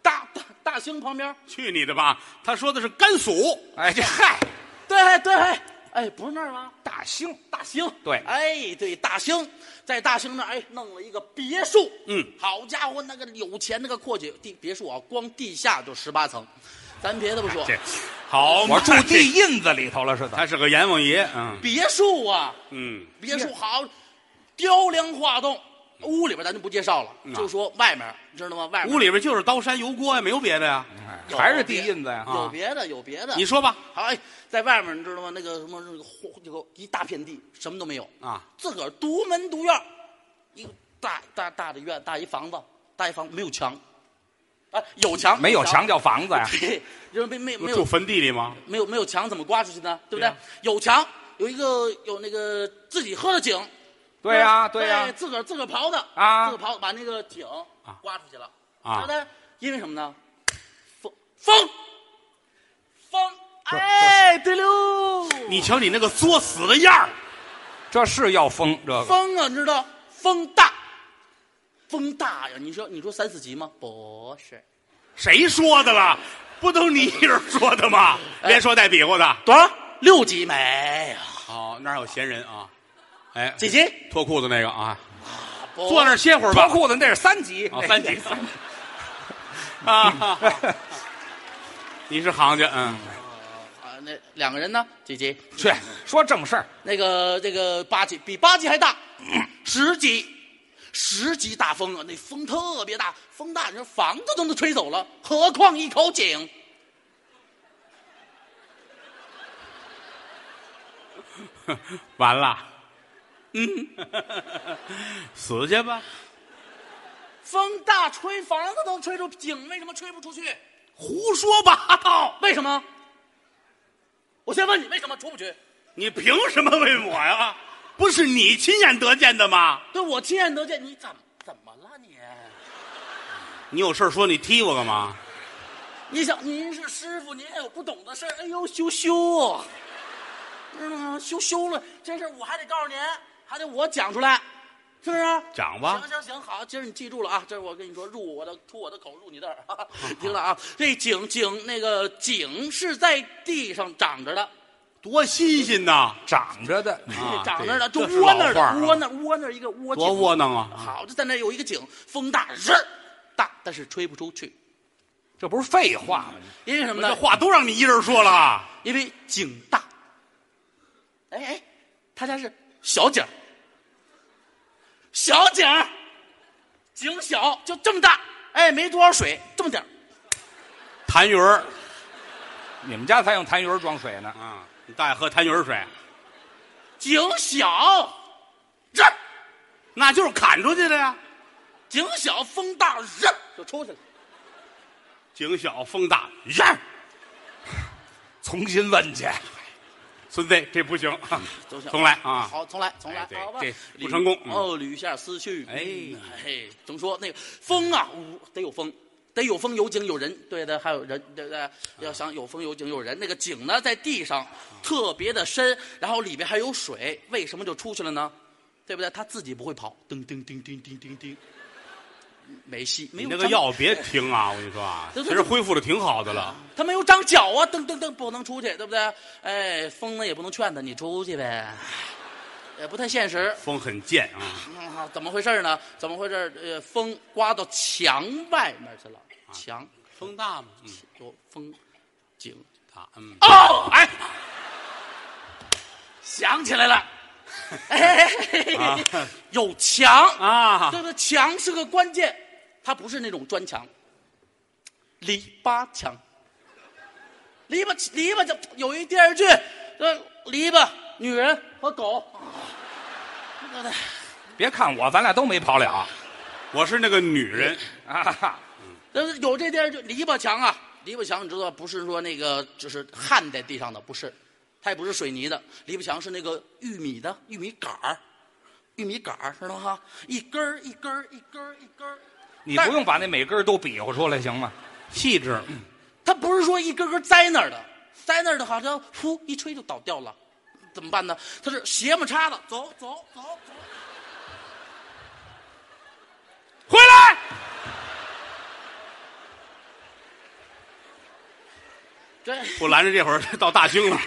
[SPEAKER 4] 大大大兴旁边。
[SPEAKER 2] 去你的吧！他说的是甘肃，
[SPEAKER 3] 哎，这嗨，
[SPEAKER 4] 对对，哎，不是那儿吗？
[SPEAKER 3] 大兴
[SPEAKER 4] 大兴。
[SPEAKER 3] 对
[SPEAKER 4] 哎，对，大兴，在大兴那儿哎弄了一个别墅。
[SPEAKER 2] 嗯，
[SPEAKER 4] 好家伙，那个有钱那个阔气地别墅啊，光地下就十八层，咱别的不说，
[SPEAKER 2] 这好嘛，
[SPEAKER 3] 我住地
[SPEAKER 2] 这，
[SPEAKER 3] 印子里头了，是怎么？
[SPEAKER 2] 他是个阎王爷，嗯
[SPEAKER 4] 别墅啊，
[SPEAKER 2] 嗯，
[SPEAKER 4] 别墅好，雕梁画栋。屋里边咱就不介绍了，
[SPEAKER 2] 啊
[SPEAKER 4] 就说外面，你知道吗？外面
[SPEAKER 2] 嗯屋里边就是刀山油锅呀，没有别的呀。
[SPEAKER 4] 有
[SPEAKER 3] 还是地印子呀？
[SPEAKER 4] 有别的，有别的。
[SPEAKER 2] 你说吧，
[SPEAKER 4] 好，哎，在外面你知道吗？那个什么，那个荒这个一大片地，什么都没有
[SPEAKER 2] 啊，
[SPEAKER 4] 自个儿独门独院儿，一个大大大的院，大一房子，大一房没有墙，啊，有墙
[SPEAKER 3] 没有墙
[SPEAKER 4] [laughs]
[SPEAKER 3] 叫房子呀？
[SPEAKER 4] 嘿就是没没没
[SPEAKER 2] 住
[SPEAKER 4] 有
[SPEAKER 2] 坟地里吗？
[SPEAKER 4] 没有没有墙怎么刮出去呢？对
[SPEAKER 2] 对
[SPEAKER 4] 不对
[SPEAKER 2] 呀？
[SPEAKER 3] 啊
[SPEAKER 4] 有墙，有一个有那个自己喝的井，
[SPEAKER 3] 对呀，对呀
[SPEAKER 4] 哎，自个儿自个儿刨的
[SPEAKER 3] 啊
[SPEAKER 4] 自个儿刨把那个井
[SPEAKER 2] 啊
[SPEAKER 4] 刮出去了
[SPEAKER 2] 啊
[SPEAKER 4] 对不对？因为什么呢？风风风，哎，对喽，
[SPEAKER 2] 你瞧你那个作死的样儿，
[SPEAKER 3] 这是要封这个。
[SPEAKER 4] 风啊，你知道风大，风大呀！你说你说三四级吗？不是，
[SPEAKER 2] 谁说的了？不都你一人说的吗？连说带比划的。
[SPEAKER 4] 多少六级没有？
[SPEAKER 2] 哦，那儿有闲人啊，哎，
[SPEAKER 4] 几级？
[SPEAKER 2] 脱裤子那个啊，
[SPEAKER 4] 不
[SPEAKER 2] 坐那儿歇会儿吧
[SPEAKER 3] 哦脱。裤子那是哦三级
[SPEAKER 2] 啊，，
[SPEAKER 3] [laughs]
[SPEAKER 2] 三级。啊，你是行家，嗯，
[SPEAKER 4] 啊，那两个人呢？几级？
[SPEAKER 3] 去说正事儿。
[SPEAKER 4] 那个这个八级比八级还大，十级，十级大风啊！那风特别大，风大，你说房子都能吹走了，何况一口井？
[SPEAKER 2] 完了，嗯，死去吧，
[SPEAKER 4] 风大吹房子都能吹出井，为什么吹不出去？
[SPEAKER 2] 胡说八道，
[SPEAKER 4] 为什么？我先问你，为什么出不去？
[SPEAKER 2] 你凭什么问我呀？不是你亲眼得见的吗？
[SPEAKER 4] 对我亲眼得见，你怎么怎么了你？
[SPEAKER 2] 你有事儿说你踢我干嘛？
[SPEAKER 4] 你想您是师傅，您还有不懂的事儿，哎呦羞羞，知道吗？羞羞了，这事儿我还得告诉您，还得我讲出来，是不是？
[SPEAKER 2] 讲吧
[SPEAKER 4] 行行行，好，今儿你记住了啊，这是我跟你说，入我的出我的口，入你的耳，哈哈听了啊。这井井那个井是在地上长着的，
[SPEAKER 2] 多新鲜呐！
[SPEAKER 3] 长着的，
[SPEAKER 2] 啊
[SPEAKER 4] 长着的，就
[SPEAKER 2] 对这是
[SPEAKER 4] 窝那儿
[SPEAKER 2] 老话儿啊
[SPEAKER 4] 的，窝那儿窝那儿一个窝井
[SPEAKER 2] 多窝囊啊！
[SPEAKER 4] 好，就在那儿有一个井，风大日儿大，但是吹不出去，
[SPEAKER 3] 这不是废话吗？
[SPEAKER 4] 因为什么
[SPEAKER 2] 这
[SPEAKER 4] 呢？
[SPEAKER 2] 话都让你一人说了，啊
[SPEAKER 4] 因为井大。哎哎，他家是小井儿，小井儿，井小就这么大，哎，没多少水，这么点儿
[SPEAKER 2] 痰盂儿，
[SPEAKER 3] 你们家才用痰盂儿装水呢。
[SPEAKER 2] 啊，你大爷喝痰盂儿水，
[SPEAKER 4] 井小，这儿
[SPEAKER 2] 那就是砍出去的呀。
[SPEAKER 4] 井小风大，这儿就出去了。
[SPEAKER 2] 井小风大，人
[SPEAKER 3] 重新问去，
[SPEAKER 2] 孙子，这不行，
[SPEAKER 4] 都行
[SPEAKER 2] 重来啊！
[SPEAKER 4] 嗯好，重来，重来
[SPEAKER 2] 哎，对
[SPEAKER 4] 好吧
[SPEAKER 2] 这？
[SPEAKER 4] 捋
[SPEAKER 2] 不成功嗯
[SPEAKER 4] 哦，捋一下思绪。
[SPEAKER 2] 哎
[SPEAKER 4] 嗯哎，怎么说那个风啊，呜得有风。得有风有景有人，对的，还有人，对不
[SPEAKER 2] 啊
[SPEAKER 4] 对？要想有风有景有人，那个景呢在地上特别的深，然后里边还有水，为什么就出去了呢？对不对？他自己不会跑，噔噔噔噔噔噔噔，没戏，没
[SPEAKER 2] 你那
[SPEAKER 4] 有
[SPEAKER 2] 个
[SPEAKER 4] 张
[SPEAKER 2] 药别停啊！我跟你说
[SPEAKER 4] [laughs]
[SPEAKER 2] 啊，
[SPEAKER 4] 对
[SPEAKER 2] 其
[SPEAKER 4] 对对
[SPEAKER 2] 实恢复的挺好的了。
[SPEAKER 4] 他没有长脚啊，噔噔噔，不能出去，对不对？哎，风呢也不能劝他，你出去呗，也不太现实。
[SPEAKER 2] 风很贱啊，
[SPEAKER 4] [laughs] 嗯好怎么回事呢？怎么回事？呃，风刮到墙外面去了，墙
[SPEAKER 2] 风大嘛，嗯，
[SPEAKER 4] 有风景。
[SPEAKER 2] 大，嗯，
[SPEAKER 4] 哦，哎，想起来了，哎，有墙，
[SPEAKER 2] 啊
[SPEAKER 4] 对，不对？墙是个关键，它不是那种砖墙，篱笆墙。篱笆篱笆就有一电视剧，呃，篱笆女人和狗，对不对？
[SPEAKER 7] 别看我，咱俩都没跑了啊
[SPEAKER 2] 我是那个女人，
[SPEAKER 7] 哈哈！
[SPEAKER 4] 但是有这电视剧《篱笆墙》啊，《篱笆墙》你知道不是说那个就是焊在地上的，不是，它也不是水泥的，篱笆墙是那个玉米的玉米杆儿，玉米杆儿知道哈，一根儿一根儿一根儿一根儿，
[SPEAKER 7] 你
[SPEAKER 4] 但
[SPEAKER 7] 不用把那每根儿都比划出来行吗？
[SPEAKER 2] 气质，
[SPEAKER 4] 它不是说一根根栽那儿的，栽那儿的好像呼一吹就倒掉了，怎么办呢？它是斜么叉子，走走走走，
[SPEAKER 2] 回来，
[SPEAKER 4] 对。
[SPEAKER 2] 我拦着这会儿 [laughs] 到大
[SPEAKER 4] [laughs]
[SPEAKER 2] 兴了，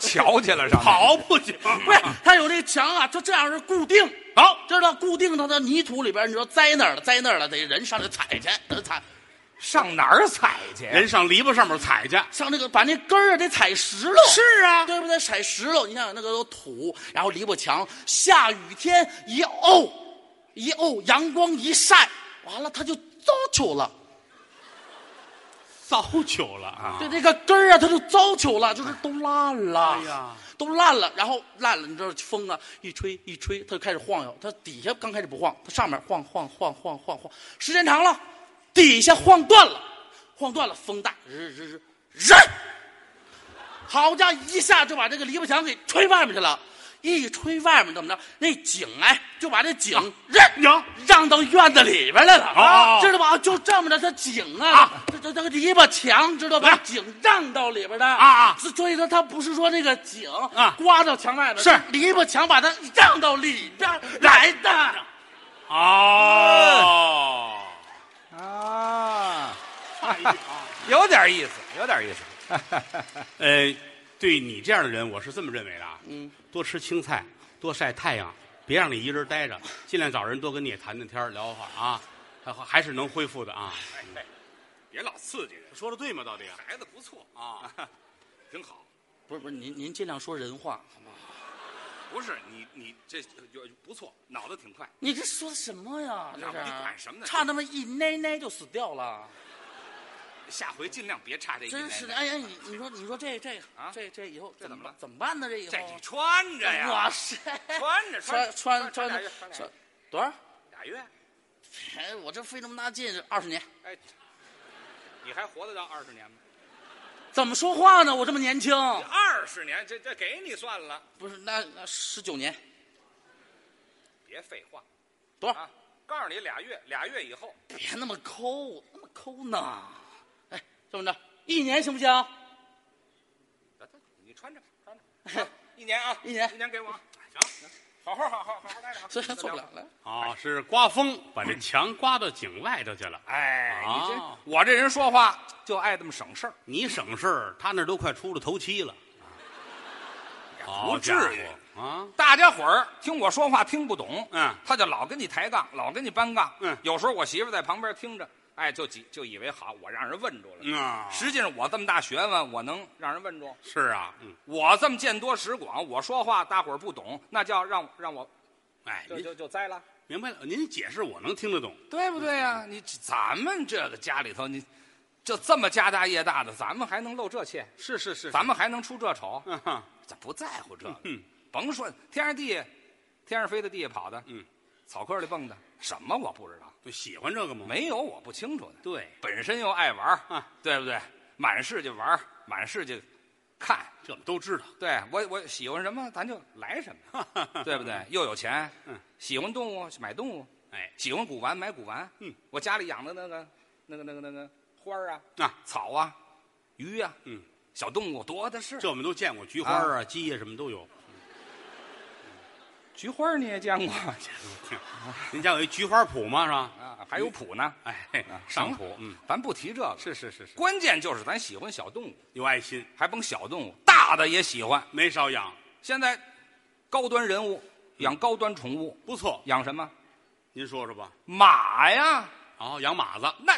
[SPEAKER 7] 瞧去了上面
[SPEAKER 2] 跑不行，
[SPEAKER 4] 不是，它有这个墙啊，它这样是固定，
[SPEAKER 2] 好，
[SPEAKER 4] 知道固定它的泥土里边，你说栽那儿了，栽那儿了，得人上去踩去，得踩
[SPEAKER 7] 上哪儿踩去？啊
[SPEAKER 2] 人上篱笆上面踩去，
[SPEAKER 4] 上那个把那根儿啊得踩石头，是啊，对不对？踩石头，你想想那个有土，然后篱笆墙，下雨天一沤，一沤阳光一晒，完了它就糟朽了。
[SPEAKER 2] 糟朽了啊！
[SPEAKER 4] 对，这个根儿啊，它就糟朽了，就是都烂了，
[SPEAKER 2] 哎呀
[SPEAKER 4] 都烂了，然后烂了，你知道风啊，一吹一吹，它就开始晃悠，它底下刚开始不晃，它上面晃晃晃晃晃晃，时间长了，底下晃断了，晃断了，风大，日日日日，好家伙，一下就把这个篱笆墙给吹外面去了。一吹外面怎么着？那井哎，就把这
[SPEAKER 2] 啊
[SPEAKER 4] 井让让到院子里边来了
[SPEAKER 2] 哦
[SPEAKER 4] 知道吧？啊就这么着，它井啊，这这这个篱笆墙，知道吧？井让到里边的
[SPEAKER 2] 啊啊
[SPEAKER 4] 所所以说它不是说那个井
[SPEAKER 2] 啊
[SPEAKER 4] 刮到墙外边，
[SPEAKER 2] 是
[SPEAKER 4] 篱笆墙把它让到里边来的。嗯
[SPEAKER 2] [laughs] 哦，
[SPEAKER 7] 啊， [laughs] 有点意思，有点意思。
[SPEAKER 2] 呃，对你这样的人，我是这么认为的啊，嗯，多吃青菜，多晒太阳，别让你一人待着，尽量找人多跟你也谈谈天儿聊会儿啊，还还是能恢复的啊。
[SPEAKER 3] 哎别老刺激人，
[SPEAKER 2] 说的对吗？到底
[SPEAKER 3] 孩子不错
[SPEAKER 2] 啊，
[SPEAKER 3] 挺好。
[SPEAKER 4] 不是不是，您您尽量说人话，好吗？
[SPEAKER 3] 不是你你这有不错，脑子挺快。
[SPEAKER 4] 你这说的什么呀？这是
[SPEAKER 3] 你管什么呢
[SPEAKER 4] 差那么一奶奶就死掉了，
[SPEAKER 3] 下回尽量别差这一
[SPEAKER 4] 真是的！哎呀，你你说你说这这
[SPEAKER 3] 啊
[SPEAKER 4] 这这以后
[SPEAKER 3] 这怎么了
[SPEAKER 4] 怎么办呢？这以后
[SPEAKER 3] 这你穿着
[SPEAKER 4] 哇
[SPEAKER 3] 呀，
[SPEAKER 4] 塞，
[SPEAKER 3] 穿着
[SPEAKER 4] 穿
[SPEAKER 3] 穿
[SPEAKER 4] 穿
[SPEAKER 3] 俩月，穿俩
[SPEAKER 4] 穿
[SPEAKER 3] 月，
[SPEAKER 4] 多少？
[SPEAKER 3] 俩月。
[SPEAKER 4] 哎，我这费那么大劲，二十年，
[SPEAKER 3] 哎，你还活得到二十年吗？
[SPEAKER 4] 怎么说话呢？我这么年轻，
[SPEAKER 3] 二十年，这这给你算了，
[SPEAKER 4] 不是那那十九年
[SPEAKER 3] 别废话
[SPEAKER 4] 多少？
[SPEAKER 3] 啊！告诉你俩月，俩月以后
[SPEAKER 4] 别那么抠，那么抠呢？哎，这么着，一年行不行？
[SPEAKER 3] 得得你穿着吧穿
[SPEAKER 4] 哎
[SPEAKER 3] 着吧，一年啊，
[SPEAKER 4] 一年
[SPEAKER 3] 一年给我啊，行，好好好好好好待着啊，
[SPEAKER 4] 所以错不了。来，
[SPEAKER 2] 哦，是刮风把这墙刮到井外头去了。
[SPEAKER 3] 哎，你
[SPEAKER 2] 啊
[SPEAKER 3] 这我这人说话就爱这么省事儿，
[SPEAKER 2] 你省事儿，他那都快出了头七了。
[SPEAKER 3] 哎不至于。
[SPEAKER 2] 于啊！
[SPEAKER 3] 大家伙儿听我说话听不懂，
[SPEAKER 2] 嗯
[SPEAKER 3] 他就老跟你抬杠，老跟你搬杠，
[SPEAKER 2] 嗯
[SPEAKER 3] 有时候我媳妇在旁边听着，哎，就以就以为好，我让人问住了，
[SPEAKER 2] 嗯啊
[SPEAKER 3] 实际上我这么大学问，我能让人问住？
[SPEAKER 2] 是啊，嗯，
[SPEAKER 3] 我这么见多识广，我说话大伙儿不懂，那叫让让我
[SPEAKER 2] 哎，
[SPEAKER 3] 就
[SPEAKER 2] 您
[SPEAKER 3] 就就栽了，
[SPEAKER 2] 明白了，您解释我能听得懂。
[SPEAKER 3] 对不对呀、你咱们这个家里头，你就这么家大业大的，咱们还能露这怯？
[SPEAKER 2] 是是是
[SPEAKER 3] 咱们还能出这丑？
[SPEAKER 2] 嗯哼
[SPEAKER 3] 咱不在乎这个，
[SPEAKER 2] 嗯
[SPEAKER 3] 甭说天上地，天上飞的，地下跑的，
[SPEAKER 2] 嗯，
[SPEAKER 3] 草坑里蹦的，什么我不知道，
[SPEAKER 2] 就喜欢这个吗？
[SPEAKER 3] 没有我不清楚的。
[SPEAKER 2] 对，
[SPEAKER 3] 本身又爱玩儿
[SPEAKER 2] 啊，
[SPEAKER 3] 对不对？满世界玩儿，满世界看。
[SPEAKER 2] 这我们都知道。
[SPEAKER 3] 对我我喜欢什么，咱就来什么，对不对？又有钱，
[SPEAKER 2] 嗯，
[SPEAKER 3] 喜欢动物买动物，
[SPEAKER 2] [laughs] 哎，
[SPEAKER 3] 喜欢古玩买古玩，
[SPEAKER 2] 嗯，
[SPEAKER 3] 我家里养的那个那个那个那个花儿啊、
[SPEAKER 2] 啊
[SPEAKER 3] 草啊、鱼啊，
[SPEAKER 2] 嗯，
[SPEAKER 3] 小动物多的是。
[SPEAKER 2] 这我们都见过，菊花啊、鸡呀什么都有。
[SPEAKER 3] 菊花儿你也见过
[SPEAKER 2] 嗯您家有一菊花圃吗？是吧？
[SPEAKER 3] [laughs] 啊？还有谱呢，
[SPEAKER 2] 哎，
[SPEAKER 3] 啊行
[SPEAKER 2] 上
[SPEAKER 3] 了
[SPEAKER 2] 圃，嗯，，
[SPEAKER 3] 咱不提这个，
[SPEAKER 2] 是是是是，
[SPEAKER 3] 关键就是咱喜欢小动物，
[SPEAKER 2] 有爱心，
[SPEAKER 3] 还甭小动物，大的也喜欢。
[SPEAKER 2] 没少养，
[SPEAKER 3] 现在高端人物养高端宠物，
[SPEAKER 2] 不错。
[SPEAKER 3] 养什么
[SPEAKER 2] 您说说吧。
[SPEAKER 3] 马呀？
[SPEAKER 2] 哦，养马子
[SPEAKER 3] 那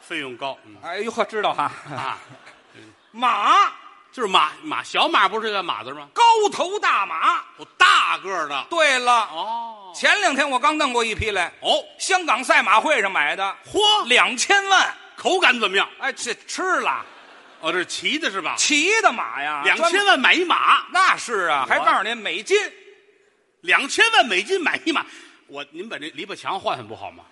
[SPEAKER 2] 费用高，嗯
[SPEAKER 3] 哎呦呵，知道哈，
[SPEAKER 2] 啊，
[SPEAKER 3] [laughs] 马
[SPEAKER 2] 就是马马小马不是叫马字吗？
[SPEAKER 3] 高头大马。
[SPEAKER 2] 有大个儿的。
[SPEAKER 3] 对了，
[SPEAKER 2] 哦
[SPEAKER 3] 前两天我刚弄过一批来，
[SPEAKER 2] 哦，
[SPEAKER 3] 香港赛马会上买的，
[SPEAKER 2] 嚯，
[SPEAKER 3] 两千万。
[SPEAKER 2] 口感怎么样？
[SPEAKER 3] 哎，这吃了
[SPEAKER 2] 哦，这是骑的是吧？
[SPEAKER 3] 骑的马呀，
[SPEAKER 2] 两
[SPEAKER 3] 啊专
[SPEAKER 2] 千万买一马，
[SPEAKER 3] 那是啊，还
[SPEAKER 2] 我
[SPEAKER 3] 告诉您美金。
[SPEAKER 2] 两千万美金买一马，我您把这篱笆墙换换不好吗？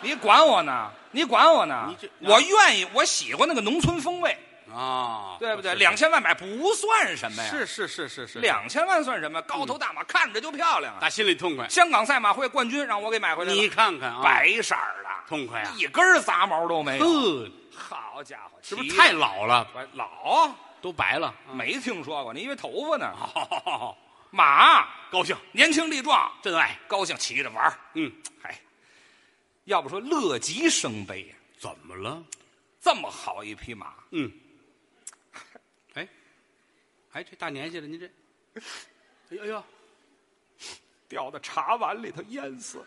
[SPEAKER 3] 你管我呢？你管我呢
[SPEAKER 2] 你这？
[SPEAKER 3] 我愿意，我喜欢那个农村风味，
[SPEAKER 2] 啊，
[SPEAKER 3] 对不对？
[SPEAKER 2] 是
[SPEAKER 3] 两千万买不算什么呀，
[SPEAKER 2] 是是是是是，
[SPEAKER 3] 两千万算什么？高头大马看着就漂亮啊！
[SPEAKER 2] 打心里痛快。
[SPEAKER 3] 香港赛马会冠军让我给买回来了，
[SPEAKER 2] 你看看啊，
[SPEAKER 3] 白色儿的，
[SPEAKER 2] 痛快啊！
[SPEAKER 3] 一根儿杂毛都没有。
[SPEAKER 2] 嗯，
[SPEAKER 3] 好家伙，
[SPEAKER 2] 是不
[SPEAKER 3] 骑
[SPEAKER 2] 是
[SPEAKER 3] 的
[SPEAKER 2] 太老了？
[SPEAKER 3] 我老
[SPEAKER 2] 都白了， [laughs]
[SPEAKER 3] 没听说过，你以为头发呢？
[SPEAKER 2] 哦，
[SPEAKER 3] 马
[SPEAKER 2] 高兴，
[SPEAKER 3] 年轻力壮，
[SPEAKER 2] 真爱。
[SPEAKER 3] 高兴骑着玩儿
[SPEAKER 2] 嗯，
[SPEAKER 3] 嗨，要不说乐极生悲呀，
[SPEAKER 2] 怎么了？
[SPEAKER 3] 这么好一匹马，
[SPEAKER 2] 嗯，哎，哎，这大年纪了，您这，哎呦哎呦，
[SPEAKER 3] 掉到茶碗里头淹死。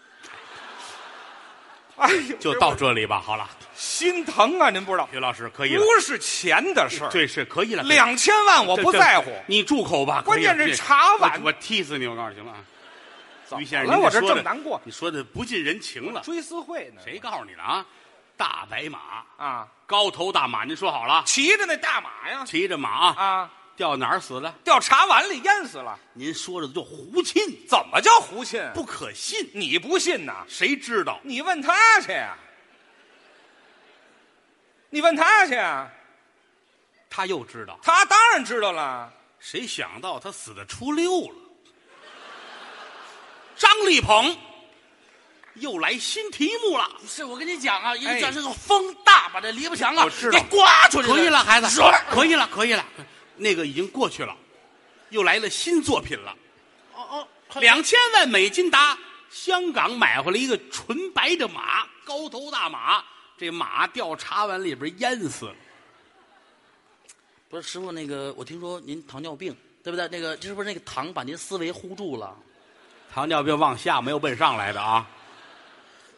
[SPEAKER 3] 哎呦，
[SPEAKER 2] 就到这里吧。好了，
[SPEAKER 3] 心疼啊！您不知道，
[SPEAKER 2] 于老师可以了，
[SPEAKER 3] 不是钱的事儿，
[SPEAKER 2] 哎对，是可以了。
[SPEAKER 3] 两千万我
[SPEAKER 2] 这
[SPEAKER 3] 不
[SPEAKER 2] 这
[SPEAKER 3] 在乎。
[SPEAKER 2] 你住口吧。
[SPEAKER 3] 关键
[SPEAKER 2] 可以了
[SPEAKER 3] 是茶碗
[SPEAKER 2] 我我踢死你！我告诉你，行吗？
[SPEAKER 3] 怎
[SPEAKER 2] 于
[SPEAKER 3] 么
[SPEAKER 2] 先生，
[SPEAKER 3] 了
[SPEAKER 2] 您
[SPEAKER 3] 我这
[SPEAKER 2] 说的
[SPEAKER 3] 正难过
[SPEAKER 2] 你说的不近人情了。
[SPEAKER 3] 追思会呢？
[SPEAKER 2] 谁告诉你了啊？大白马，
[SPEAKER 3] 啊？
[SPEAKER 2] 高头大马，您说好了，
[SPEAKER 3] 骑着那大马呀
[SPEAKER 2] 骑着马啊，
[SPEAKER 3] 啊，
[SPEAKER 2] 掉哪儿死的？
[SPEAKER 3] 掉茶碗里淹死了。
[SPEAKER 2] 您说的就胡沁，
[SPEAKER 3] 怎么叫胡沁？
[SPEAKER 2] 不可信，
[SPEAKER 3] 你不信呐？
[SPEAKER 2] 谁知道？
[SPEAKER 3] 你问他去呀、你问他去啊，
[SPEAKER 2] 他又知道，
[SPEAKER 3] 他当然知道了。
[SPEAKER 2] 谁想到他死在初六了？张立鹏又来新题目了，
[SPEAKER 4] 不是，我跟你讲啊，一个
[SPEAKER 2] 哎
[SPEAKER 4] 转身就风大，把这篱笆墙啊
[SPEAKER 2] 我知道
[SPEAKER 4] 给刮出去
[SPEAKER 2] 可以了，孩子
[SPEAKER 4] 是，
[SPEAKER 2] 可以了，可以了，那个已经过去了，又来了新作品了，
[SPEAKER 4] 哦哦，
[SPEAKER 2] 两千万美金达香港买回来一个纯白的马，高头大马，这马掉茶碗里边淹死了。
[SPEAKER 4] 不是师傅那个，我听说您糖尿病，对不对？那个是不是那个糖把您思维糊住了？
[SPEAKER 2] 糖尿病往下没有奔上来的啊，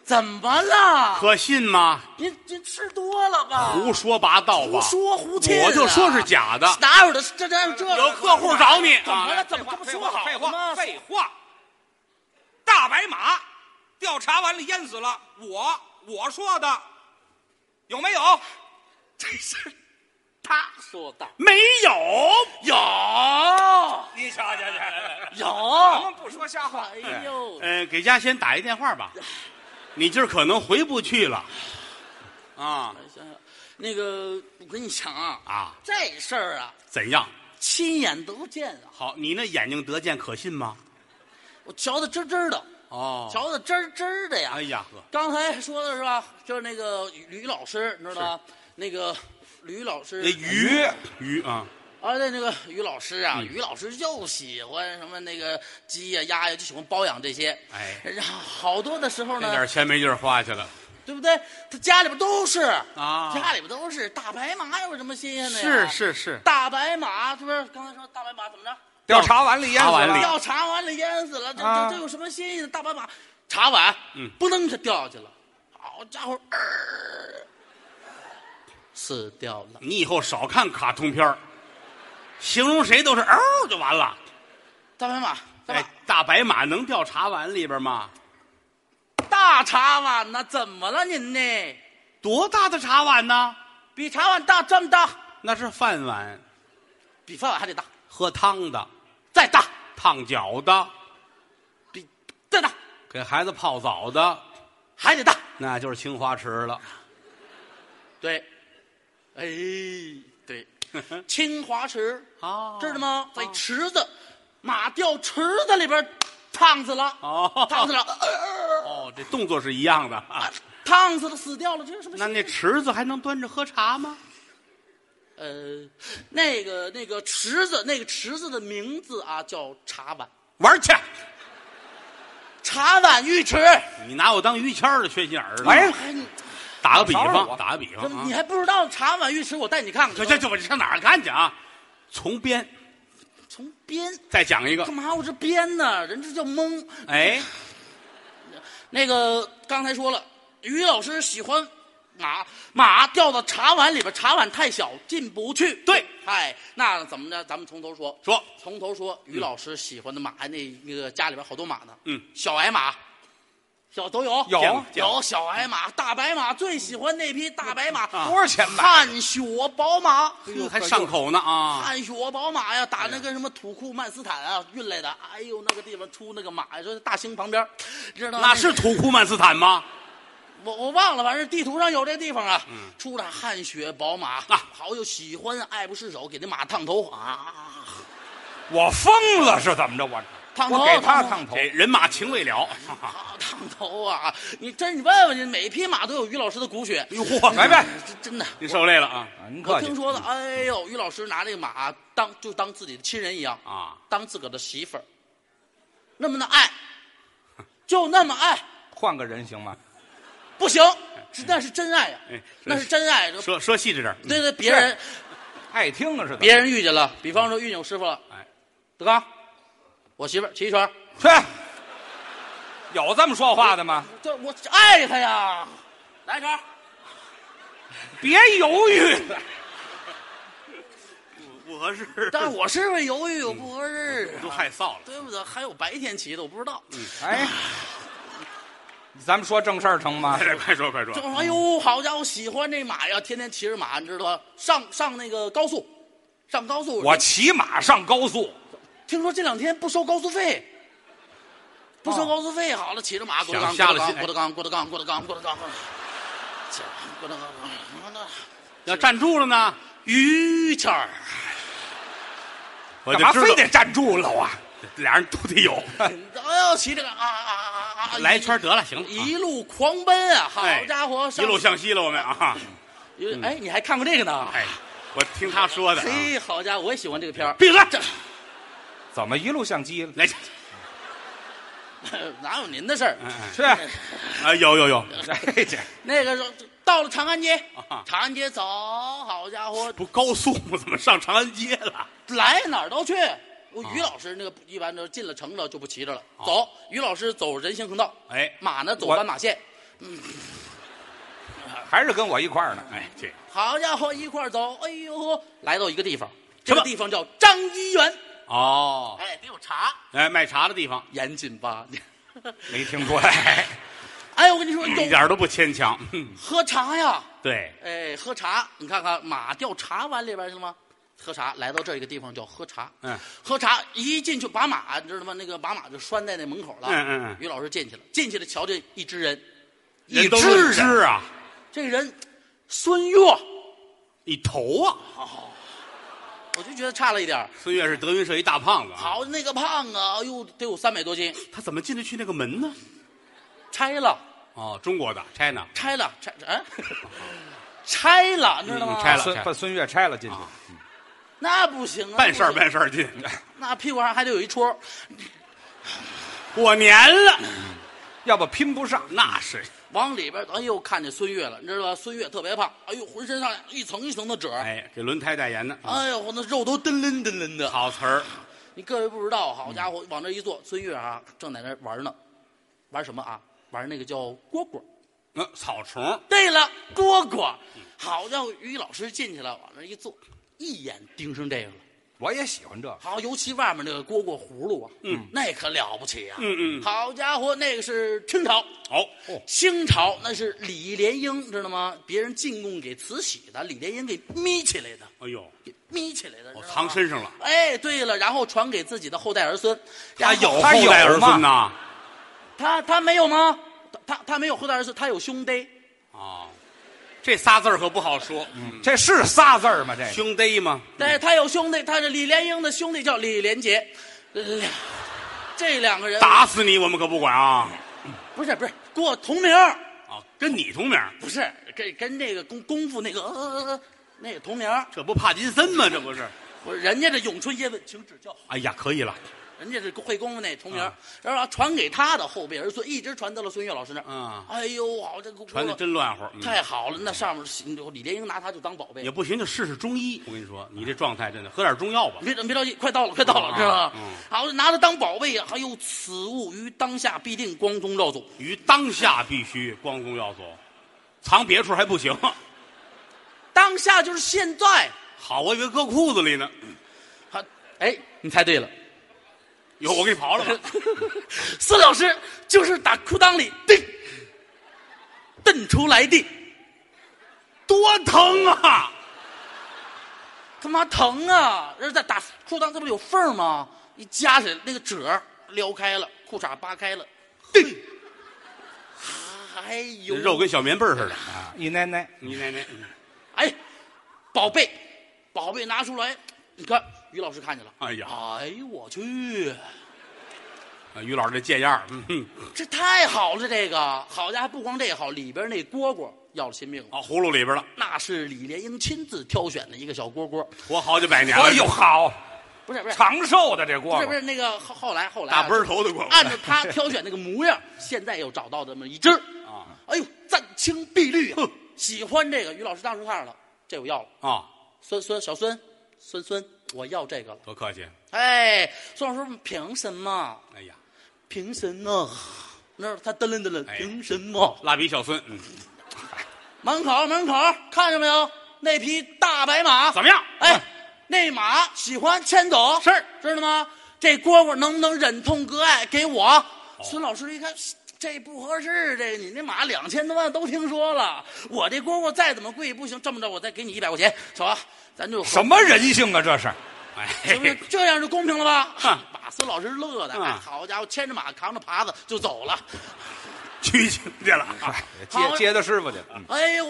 [SPEAKER 4] 怎么了？
[SPEAKER 2] 可信吗？
[SPEAKER 4] 您您吃多了吧？
[SPEAKER 2] 胡说八道吧！
[SPEAKER 4] 胡说胡沁啊
[SPEAKER 2] 我就说是假的。
[SPEAKER 4] 哪有的这这这
[SPEAKER 2] 有客户找你
[SPEAKER 4] 怎么
[SPEAKER 2] 啊
[SPEAKER 4] 了？怎么这不
[SPEAKER 3] 废
[SPEAKER 4] 说
[SPEAKER 3] 话
[SPEAKER 4] 好
[SPEAKER 3] 废
[SPEAKER 4] 了
[SPEAKER 3] 话
[SPEAKER 4] 吗？
[SPEAKER 3] 废话。大白马掉茶碗里淹死了，我我说的，有没有？
[SPEAKER 4] 这是他说的，
[SPEAKER 2] 没有有。
[SPEAKER 3] 你瞧瞧去，
[SPEAKER 8] 啊
[SPEAKER 3] 咱
[SPEAKER 4] 哦有。
[SPEAKER 3] 们不说瞎话。
[SPEAKER 4] 哎呦，
[SPEAKER 2] [laughs] 呃，给家先打一电话吧，你今儿可能回不去了。啊
[SPEAKER 4] 那个我跟你讲啊，
[SPEAKER 2] 啊，
[SPEAKER 4] 这事儿啊，
[SPEAKER 2] 怎样？
[SPEAKER 4] 亲眼得见啊，
[SPEAKER 2] 好，你那眼睛得见可信吗？
[SPEAKER 4] 我瞧得真真的，
[SPEAKER 2] 哦
[SPEAKER 4] 瞧得真真的呀。
[SPEAKER 2] 哎呀呵，
[SPEAKER 4] 刚才说的是吧？就是那个吕老师，你知道吗？那个吕老师，
[SPEAKER 2] 鱼鱼啊，
[SPEAKER 4] 而且那个于老师啊，
[SPEAKER 2] 嗯
[SPEAKER 4] 于老师就喜欢什么那个鸡呀、鸭呀，就喜欢包养这些。
[SPEAKER 2] 哎
[SPEAKER 4] 然后好多的时候
[SPEAKER 2] 那
[SPEAKER 4] 呢
[SPEAKER 2] 点，钱没地儿花去了。
[SPEAKER 4] 对不对？他家里边都是
[SPEAKER 2] 啊
[SPEAKER 4] 家里边都是大白马，有什么新鲜的
[SPEAKER 2] 是
[SPEAKER 4] 呀？
[SPEAKER 2] 是是，
[SPEAKER 4] 大白马是不是？刚才说大白马怎么着？
[SPEAKER 3] 掉茶碗里淹死
[SPEAKER 2] 茶碗里
[SPEAKER 3] 了，
[SPEAKER 4] 掉茶碗里淹死了，这
[SPEAKER 3] 啊
[SPEAKER 4] 这这有什么新鲜的？大白马，茶碗，
[SPEAKER 2] 嗯
[SPEAKER 4] 扑棱就掉下去了。好家伙，呃死掉了。
[SPEAKER 2] 你以后少看卡通片儿，形容谁都是嗷就完了。
[SPEAKER 4] 大白马，大白
[SPEAKER 2] 哎
[SPEAKER 4] 马，
[SPEAKER 2] 大白马能掉茶碗里边吗？
[SPEAKER 4] 大茶碗呢？怎么了您呢？
[SPEAKER 2] 多大的茶碗呢？
[SPEAKER 4] 比茶碗大这么大，
[SPEAKER 2] 那是饭碗，
[SPEAKER 4] 比饭碗还得大，
[SPEAKER 2] 喝汤的，
[SPEAKER 4] 再大，
[SPEAKER 2] 烫脚的，
[SPEAKER 4] 比再大
[SPEAKER 2] 给孩子泡澡的，
[SPEAKER 4] 还得大。
[SPEAKER 2] 那就是青花瓷了。
[SPEAKER 4] 对，哎，对，清华池
[SPEAKER 2] [laughs] [laughs] 哦
[SPEAKER 4] 知道吗？在池子，马掉池子里边烫死了，
[SPEAKER 2] 哦
[SPEAKER 4] 烫死了，
[SPEAKER 2] [laughs] 哦，这动作是一样的。啊
[SPEAKER 4] 烫死了，死掉了，这是什么？
[SPEAKER 2] 那那池子还能端着喝茶吗？
[SPEAKER 4] 呃，那个那个池子，那个池子的名字啊叫茶碗，
[SPEAKER 2] 玩去！
[SPEAKER 4] 茶碗浴池。
[SPEAKER 2] 你拿我当于谦儿的缺心眼儿呢？
[SPEAKER 4] 哎，你
[SPEAKER 2] 打个比
[SPEAKER 4] 找我
[SPEAKER 2] 方，打个比方
[SPEAKER 4] 怎么
[SPEAKER 2] 啊
[SPEAKER 4] 你！还不知道茶碗浴池？我带你看看。
[SPEAKER 2] 这这这，我上哪儿看去啊？从编
[SPEAKER 4] 啊从编
[SPEAKER 2] 再讲一个
[SPEAKER 4] 干，嘛？我这编呢？人这叫蒙。
[SPEAKER 2] 哎，
[SPEAKER 4] 那个刚才说了，于老师喜欢马，马掉到茶碗里边，茶碗太小进不去。
[SPEAKER 2] 对，
[SPEAKER 4] 哎，那怎么着？咱们从头说，
[SPEAKER 2] 说
[SPEAKER 4] 从头说。于老师喜欢的马，那那个家里边好多马呢。
[SPEAKER 2] 嗯
[SPEAKER 4] 小矮马，小都有，
[SPEAKER 2] 有见过见过
[SPEAKER 4] 有小矮马、大白马，最喜欢那匹大白马，
[SPEAKER 2] 啊嗯
[SPEAKER 4] 多少钱买？汗血宝马。
[SPEAKER 2] 还上口呢啊！
[SPEAKER 4] 汗血宝马呀，打那个什么土库曼斯坦啊运来的，哎呦那个地方出那个马呀，说大兴旁边，知道吗
[SPEAKER 2] 那是土库曼斯坦吗？
[SPEAKER 4] 我我忘了，反正地图上有这地方啊。出了汗血宝马
[SPEAKER 2] 啊
[SPEAKER 4] 好友喜欢爱不释手，给那马烫头啊，
[SPEAKER 8] 我疯了是怎么着？我
[SPEAKER 4] 烫头
[SPEAKER 8] 我给他
[SPEAKER 4] 烫
[SPEAKER 8] 烫
[SPEAKER 4] 头
[SPEAKER 8] 头
[SPEAKER 2] 这，人马情未了， [laughs]
[SPEAKER 4] 啊烫头啊！你真你问问你，每匹马都有于老师的骨血，
[SPEAKER 2] 哟嚯，
[SPEAKER 8] 来呗，
[SPEAKER 4] 这真的。
[SPEAKER 2] 你受累了啊
[SPEAKER 8] 啊您
[SPEAKER 4] 我
[SPEAKER 8] 客气
[SPEAKER 4] 听。说的，哎呦，于老师拿这个马当就当自己的亲人一样，
[SPEAKER 2] 啊！
[SPEAKER 4] 当自个儿的媳妇儿，那么的爱，就那么爱，
[SPEAKER 8] 换个人行吗？
[SPEAKER 4] 不行，是那是真爱呀、
[SPEAKER 2] 哎是
[SPEAKER 4] 那是真爱。
[SPEAKER 2] 说说细致点儿，
[SPEAKER 4] 对对，别人
[SPEAKER 8] 爱听啊是怎么？
[SPEAKER 4] 别人遇见了，比方说遇见我师傅了，
[SPEAKER 2] 哎，
[SPEAKER 4] 德刚，我媳妇儿齐全，
[SPEAKER 8] 去，有这么说话的吗？
[SPEAKER 4] 这我爱她呀，
[SPEAKER 2] [clears throat]
[SPEAKER 4] 来成，
[SPEAKER 8] 别犹豫了，
[SPEAKER 2] 不合适，
[SPEAKER 4] 但是我师傅犹豫，我不合适，
[SPEAKER 2] 都害臊了。
[SPEAKER 4] 对不对？还有白天骑的，我不知道。
[SPEAKER 2] 嗯
[SPEAKER 8] 哎，咱们说正事儿成吗？
[SPEAKER 2] 快快说快说
[SPEAKER 4] 就，说哎呦，好家伙，喜欢这马呀，天天骑着马，你知道吧？上上那个高速，上高速。
[SPEAKER 8] 我骑马上高速，
[SPEAKER 4] 听说这两天不收高速费，不收高速费。好了，骑着马，郭德纲，
[SPEAKER 2] 哦想瞎
[SPEAKER 4] 郭
[SPEAKER 2] 了
[SPEAKER 4] 德
[SPEAKER 2] 心
[SPEAKER 4] 纲，郭德纲，郭德纲，郭德纲，郭德纲，郭德纲，郭德纲，
[SPEAKER 2] 要站住了呢，
[SPEAKER 4] 于谦儿，
[SPEAKER 2] 我
[SPEAKER 8] 干
[SPEAKER 2] 就
[SPEAKER 8] 嘛
[SPEAKER 2] 知
[SPEAKER 8] 非
[SPEAKER 2] 道
[SPEAKER 8] 得站住了啊？
[SPEAKER 2] 俩人都得 [laughs] 有，
[SPEAKER 4] 哎呦，骑这个啊啊啊啊啊！
[SPEAKER 2] 来一圈得了，行了，啊
[SPEAKER 4] 一路狂奔啊！好
[SPEAKER 2] 哎
[SPEAKER 4] 家伙，
[SPEAKER 2] 一路向西了，我们啊，
[SPEAKER 4] 一路哎，你还看过这个呢？
[SPEAKER 2] 哎，我听他说的啊，
[SPEAKER 4] 嘿，好家伙，我也喜欢这个片儿。
[SPEAKER 2] 闭嘴，
[SPEAKER 8] 怎么一路像鸡了？
[SPEAKER 2] 来去，嗯
[SPEAKER 4] [laughs] 哪有您的事儿？
[SPEAKER 2] 哎
[SPEAKER 3] [laughs]
[SPEAKER 8] 去，
[SPEAKER 2] 哎啊，有有有，
[SPEAKER 8] 哎这
[SPEAKER 4] 那个时候到了长安街
[SPEAKER 2] 啊，
[SPEAKER 4] 长安街走，好家伙，
[SPEAKER 2] 不高速吗？怎么上长安街了？
[SPEAKER 4] 来哪儿都去。我
[SPEAKER 2] 啊
[SPEAKER 4] 于老师那个一般都进了城了就不骑着了，走。于老师走人行横道，
[SPEAKER 2] 哎
[SPEAKER 4] 马呢走
[SPEAKER 8] 我
[SPEAKER 4] 斑马线。
[SPEAKER 8] 还是跟我一块儿呢？
[SPEAKER 2] 哎，这
[SPEAKER 4] 好家伙，一块儿走，哎呦，来到一个地方，这
[SPEAKER 2] 什么
[SPEAKER 4] 个地方叫张一元，
[SPEAKER 2] 哦，
[SPEAKER 4] 哎，得有茶，
[SPEAKER 2] 哎，卖茶的地方，
[SPEAKER 4] 严谨吧？
[SPEAKER 8] 没听过来，
[SPEAKER 4] [laughs] 哎，我跟你
[SPEAKER 2] [laughs]
[SPEAKER 4] 说，
[SPEAKER 2] 一
[SPEAKER 4] 有
[SPEAKER 2] 点都不牵强， [laughs] 嗯
[SPEAKER 4] 喝茶呀，
[SPEAKER 2] 对，
[SPEAKER 4] 哎，喝茶，你看看马掉茶碗里边去了吗？喝茶，来到这一个地方叫喝茶。
[SPEAKER 2] 嗯，
[SPEAKER 4] 喝茶一进去，把马你知道吗？那个把马就拴在那门口了。
[SPEAKER 2] 嗯嗯嗯
[SPEAKER 4] 于老师进去了，进去了，瞧见一支人，
[SPEAKER 2] 人
[SPEAKER 8] 一
[SPEAKER 2] 都
[SPEAKER 8] 只
[SPEAKER 2] 是知啊，
[SPEAKER 4] 这个人孙悦，我
[SPEAKER 2] 一头啊，
[SPEAKER 4] 就觉得差了一点儿。
[SPEAKER 2] 孙越是德云社一大胖子啊，
[SPEAKER 4] 好，那个胖啊，哎呦，得有三百多斤，
[SPEAKER 2] 他怎么进得去那个门呢？
[SPEAKER 4] 拆了，
[SPEAKER 2] 哦，中国的 China，
[SPEAKER 4] 拆了，拆哎， [laughs] 拆了，你知道吗？
[SPEAKER 2] 嗯拆了
[SPEAKER 8] 孙把孙越拆了进去，
[SPEAKER 4] 那不行啊，
[SPEAKER 2] 办事儿
[SPEAKER 4] 不行
[SPEAKER 2] 办事儿进，
[SPEAKER 4] 那屁股上还得有一戳儿。
[SPEAKER 2] 过年了，
[SPEAKER 8] 要不拼不上。
[SPEAKER 2] 那是，
[SPEAKER 4] 往里边，哎呦，看见孙越了，你知道吧？孙越特别胖，哎呦，浑身上下一层一层的褶儿，
[SPEAKER 2] 哎，给轮胎代言的，
[SPEAKER 4] 哎呦，我那肉都噔楞噔楞的。嗯
[SPEAKER 2] 好词儿，
[SPEAKER 4] [laughs] 你各位不知道，啊好家伙，往这一坐，孙越啊，正在那玩呢，玩什么啊？玩那个叫蝈蝈。
[SPEAKER 2] 那嗯草虫，
[SPEAKER 4] 对了，蝈蝈。好家伙，于老师进去了，往那一坐，一眼盯上这个了。
[SPEAKER 8] 我也喜欢这个，
[SPEAKER 4] 好，尤其外面那个蝈蝈葫芦啊，嗯，那可了不起啊。
[SPEAKER 2] 嗯嗯
[SPEAKER 4] 好家伙，那个是清朝。
[SPEAKER 2] 哦，
[SPEAKER 4] 清朝那是李莲英，知道吗？别人进贡给慈禧的，李莲英给眯起来的，
[SPEAKER 2] 哎呦，
[SPEAKER 4] 给眯起来的，
[SPEAKER 2] 我
[SPEAKER 4] 知道吗
[SPEAKER 2] 藏身上了。
[SPEAKER 4] 哎，对了，然后传给自己的后代儿孙，
[SPEAKER 2] 他
[SPEAKER 4] 然后
[SPEAKER 2] 有
[SPEAKER 8] 他
[SPEAKER 2] 后
[SPEAKER 8] 有
[SPEAKER 2] 代儿
[SPEAKER 8] 吗
[SPEAKER 2] 孙呐？
[SPEAKER 4] 他他没有吗？他他他没有后代儿孙，他有兄弟，
[SPEAKER 2] 啊，这仨字儿可不好说，
[SPEAKER 3] 这是仨字儿吗？这
[SPEAKER 2] 兄弟嘛，
[SPEAKER 4] 但是他有兄弟，他是李莲英的兄弟叫李连杰，两这两个人
[SPEAKER 2] 打死你我们可不管啊！
[SPEAKER 4] 不是不是跟我同名儿，
[SPEAKER 2] 啊，跟你同名儿，
[SPEAKER 4] 不是跟跟那个功功夫那个呃呃呃那个同名儿，
[SPEAKER 2] 这不帕金森吗？这不是？
[SPEAKER 4] 我人家这咏春叶问请指教，
[SPEAKER 2] 哎呀，可以了，
[SPEAKER 4] 人家是会功夫那同名儿
[SPEAKER 2] 啊，
[SPEAKER 4] 然后传给他的后辈儿孙，一直传到了孙越老师那儿。
[SPEAKER 2] 嗯
[SPEAKER 4] 哎呦，好这个
[SPEAKER 2] 传的真乱乎，嗯
[SPEAKER 4] 太好了，那上面是李连英拿他就当宝贝
[SPEAKER 2] 也。不行，就试试中医。我跟你说，你这状态真的，喝点中药吧。
[SPEAKER 4] 别别着急，快到了，快到了，知道吧
[SPEAKER 2] 嗯？
[SPEAKER 4] 好，拿他当宝贝呀！还有此物于当下必定光宗耀祖，
[SPEAKER 2] 于当下必须光宗耀祖，藏别处还不行。
[SPEAKER 4] 当下就是现在。
[SPEAKER 2] 好，我以为搁裤子里呢。
[SPEAKER 4] 好，哎，你猜对了，
[SPEAKER 2] 有，我给你刨了
[SPEAKER 3] [laughs]
[SPEAKER 2] 吧。
[SPEAKER 4] 孙老师就是打裤裆里蹬，蹬出来的，
[SPEAKER 2] 多疼啊！
[SPEAKER 4] 他妈疼啊！人在打裤裆，这不有缝儿吗？一夹起来，那个褶儿撩开了，裤衩扒开了，嘿，哎呦，
[SPEAKER 2] 肉跟小棉被儿似的。
[SPEAKER 3] 一奶奶，
[SPEAKER 2] 你奶奶，
[SPEAKER 4] 哎，宝贝，宝贝拿出来，你看于老师看见了，
[SPEAKER 2] 哎呀
[SPEAKER 4] 哎呦我去，
[SPEAKER 2] 啊于老师这贱样儿，嗯哼，
[SPEAKER 4] 这太好了，这个好家伙，不光这个好，里边那蝈蝈要了亲命
[SPEAKER 2] 啊，
[SPEAKER 4] 了，
[SPEAKER 2] 葫芦里边了，
[SPEAKER 4] 那是李莲英亲自挑选的一个小蝈蝈，
[SPEAKER 2] 活好几百年了。
[SPEAKER 3] 哎呦，好，
[SPEAKER 4] 不是不是
[SPEAKER 3] 长寿的这
[SPEAKER 4] 不
[SPEAKER 3] 锅
[SPEAKER 4] 是不是那个后后来后来啊
[SPEAKER 2] 大奔儿头的过
[SPEAKER 4] [laughs] 按照他挑选那个模样，现在又找到这么一只
[SPEAKER 2] 啊，
[SPEAKER 4] 哎呦，湛青碧绿啊
[SPEAKER 2] 哼！
[SPEAKER 4] 喜欢这个，于老师当时看上了，这我要了。
[SPEAKER 2] 啊，
[SPEAKER 4] 孙孙小孙，孙孙，我要这个了。
[SPEAKER 2] 多客气。
[SPEAKER 4] 哎，孙老师，凭什么？
[SPEAKER 2] 哎呀，
[SPEAKER 4] 凭什么？那儿他噔楞噔楞，
[SPEAKER 2] 哎
[SPEAKER 4] 凭什么？
[SPEAKER 2] 蜡笔小孙，嗯，
[SPEAKER 4] 门口门口，看见没有？那匹大白马
[SPEAKER 2] 怎么样？
[SPEAKER 4] 哎，
[SPEAKER 3] 啊
[SPEAKER 4] 那马喜欢牵走，是知道吗？这蝈蝈能不能忍痛割爱给
[SPEAKER 3] 哦
[SPEAKER 4] 我？孙老师一看，这不合适，这你那马两千多万都听说了，我这蝈蝈再怎么贵也不行。这么着，我再给你一百块钱，走啊，咱就
[SPEAKER 3] 什么人性啊？这是
[SPEAKER 2] 哎，
[SPEAKER 4] 是不是这样就公平了吧？
[SPEAKER 2] 哼
[SPEAKER 4] 把孙老师乐
[SPEAKER 3] 啊
[SPEAKER 4] 的，
[SPEAKER 2] 嗯
[SPEAKER 4] 哎好家伙，牵着马扛着耙子就走了。
[SPEAKER 2] 拘谨去了
[SPEAKER 3] 哎
[SPEAKER 2] 啊。
[SPEAKER 4] 好
[SPEAKER 3] 接接他师傅去了。嗯
[SPEAKER 4] 哎呦，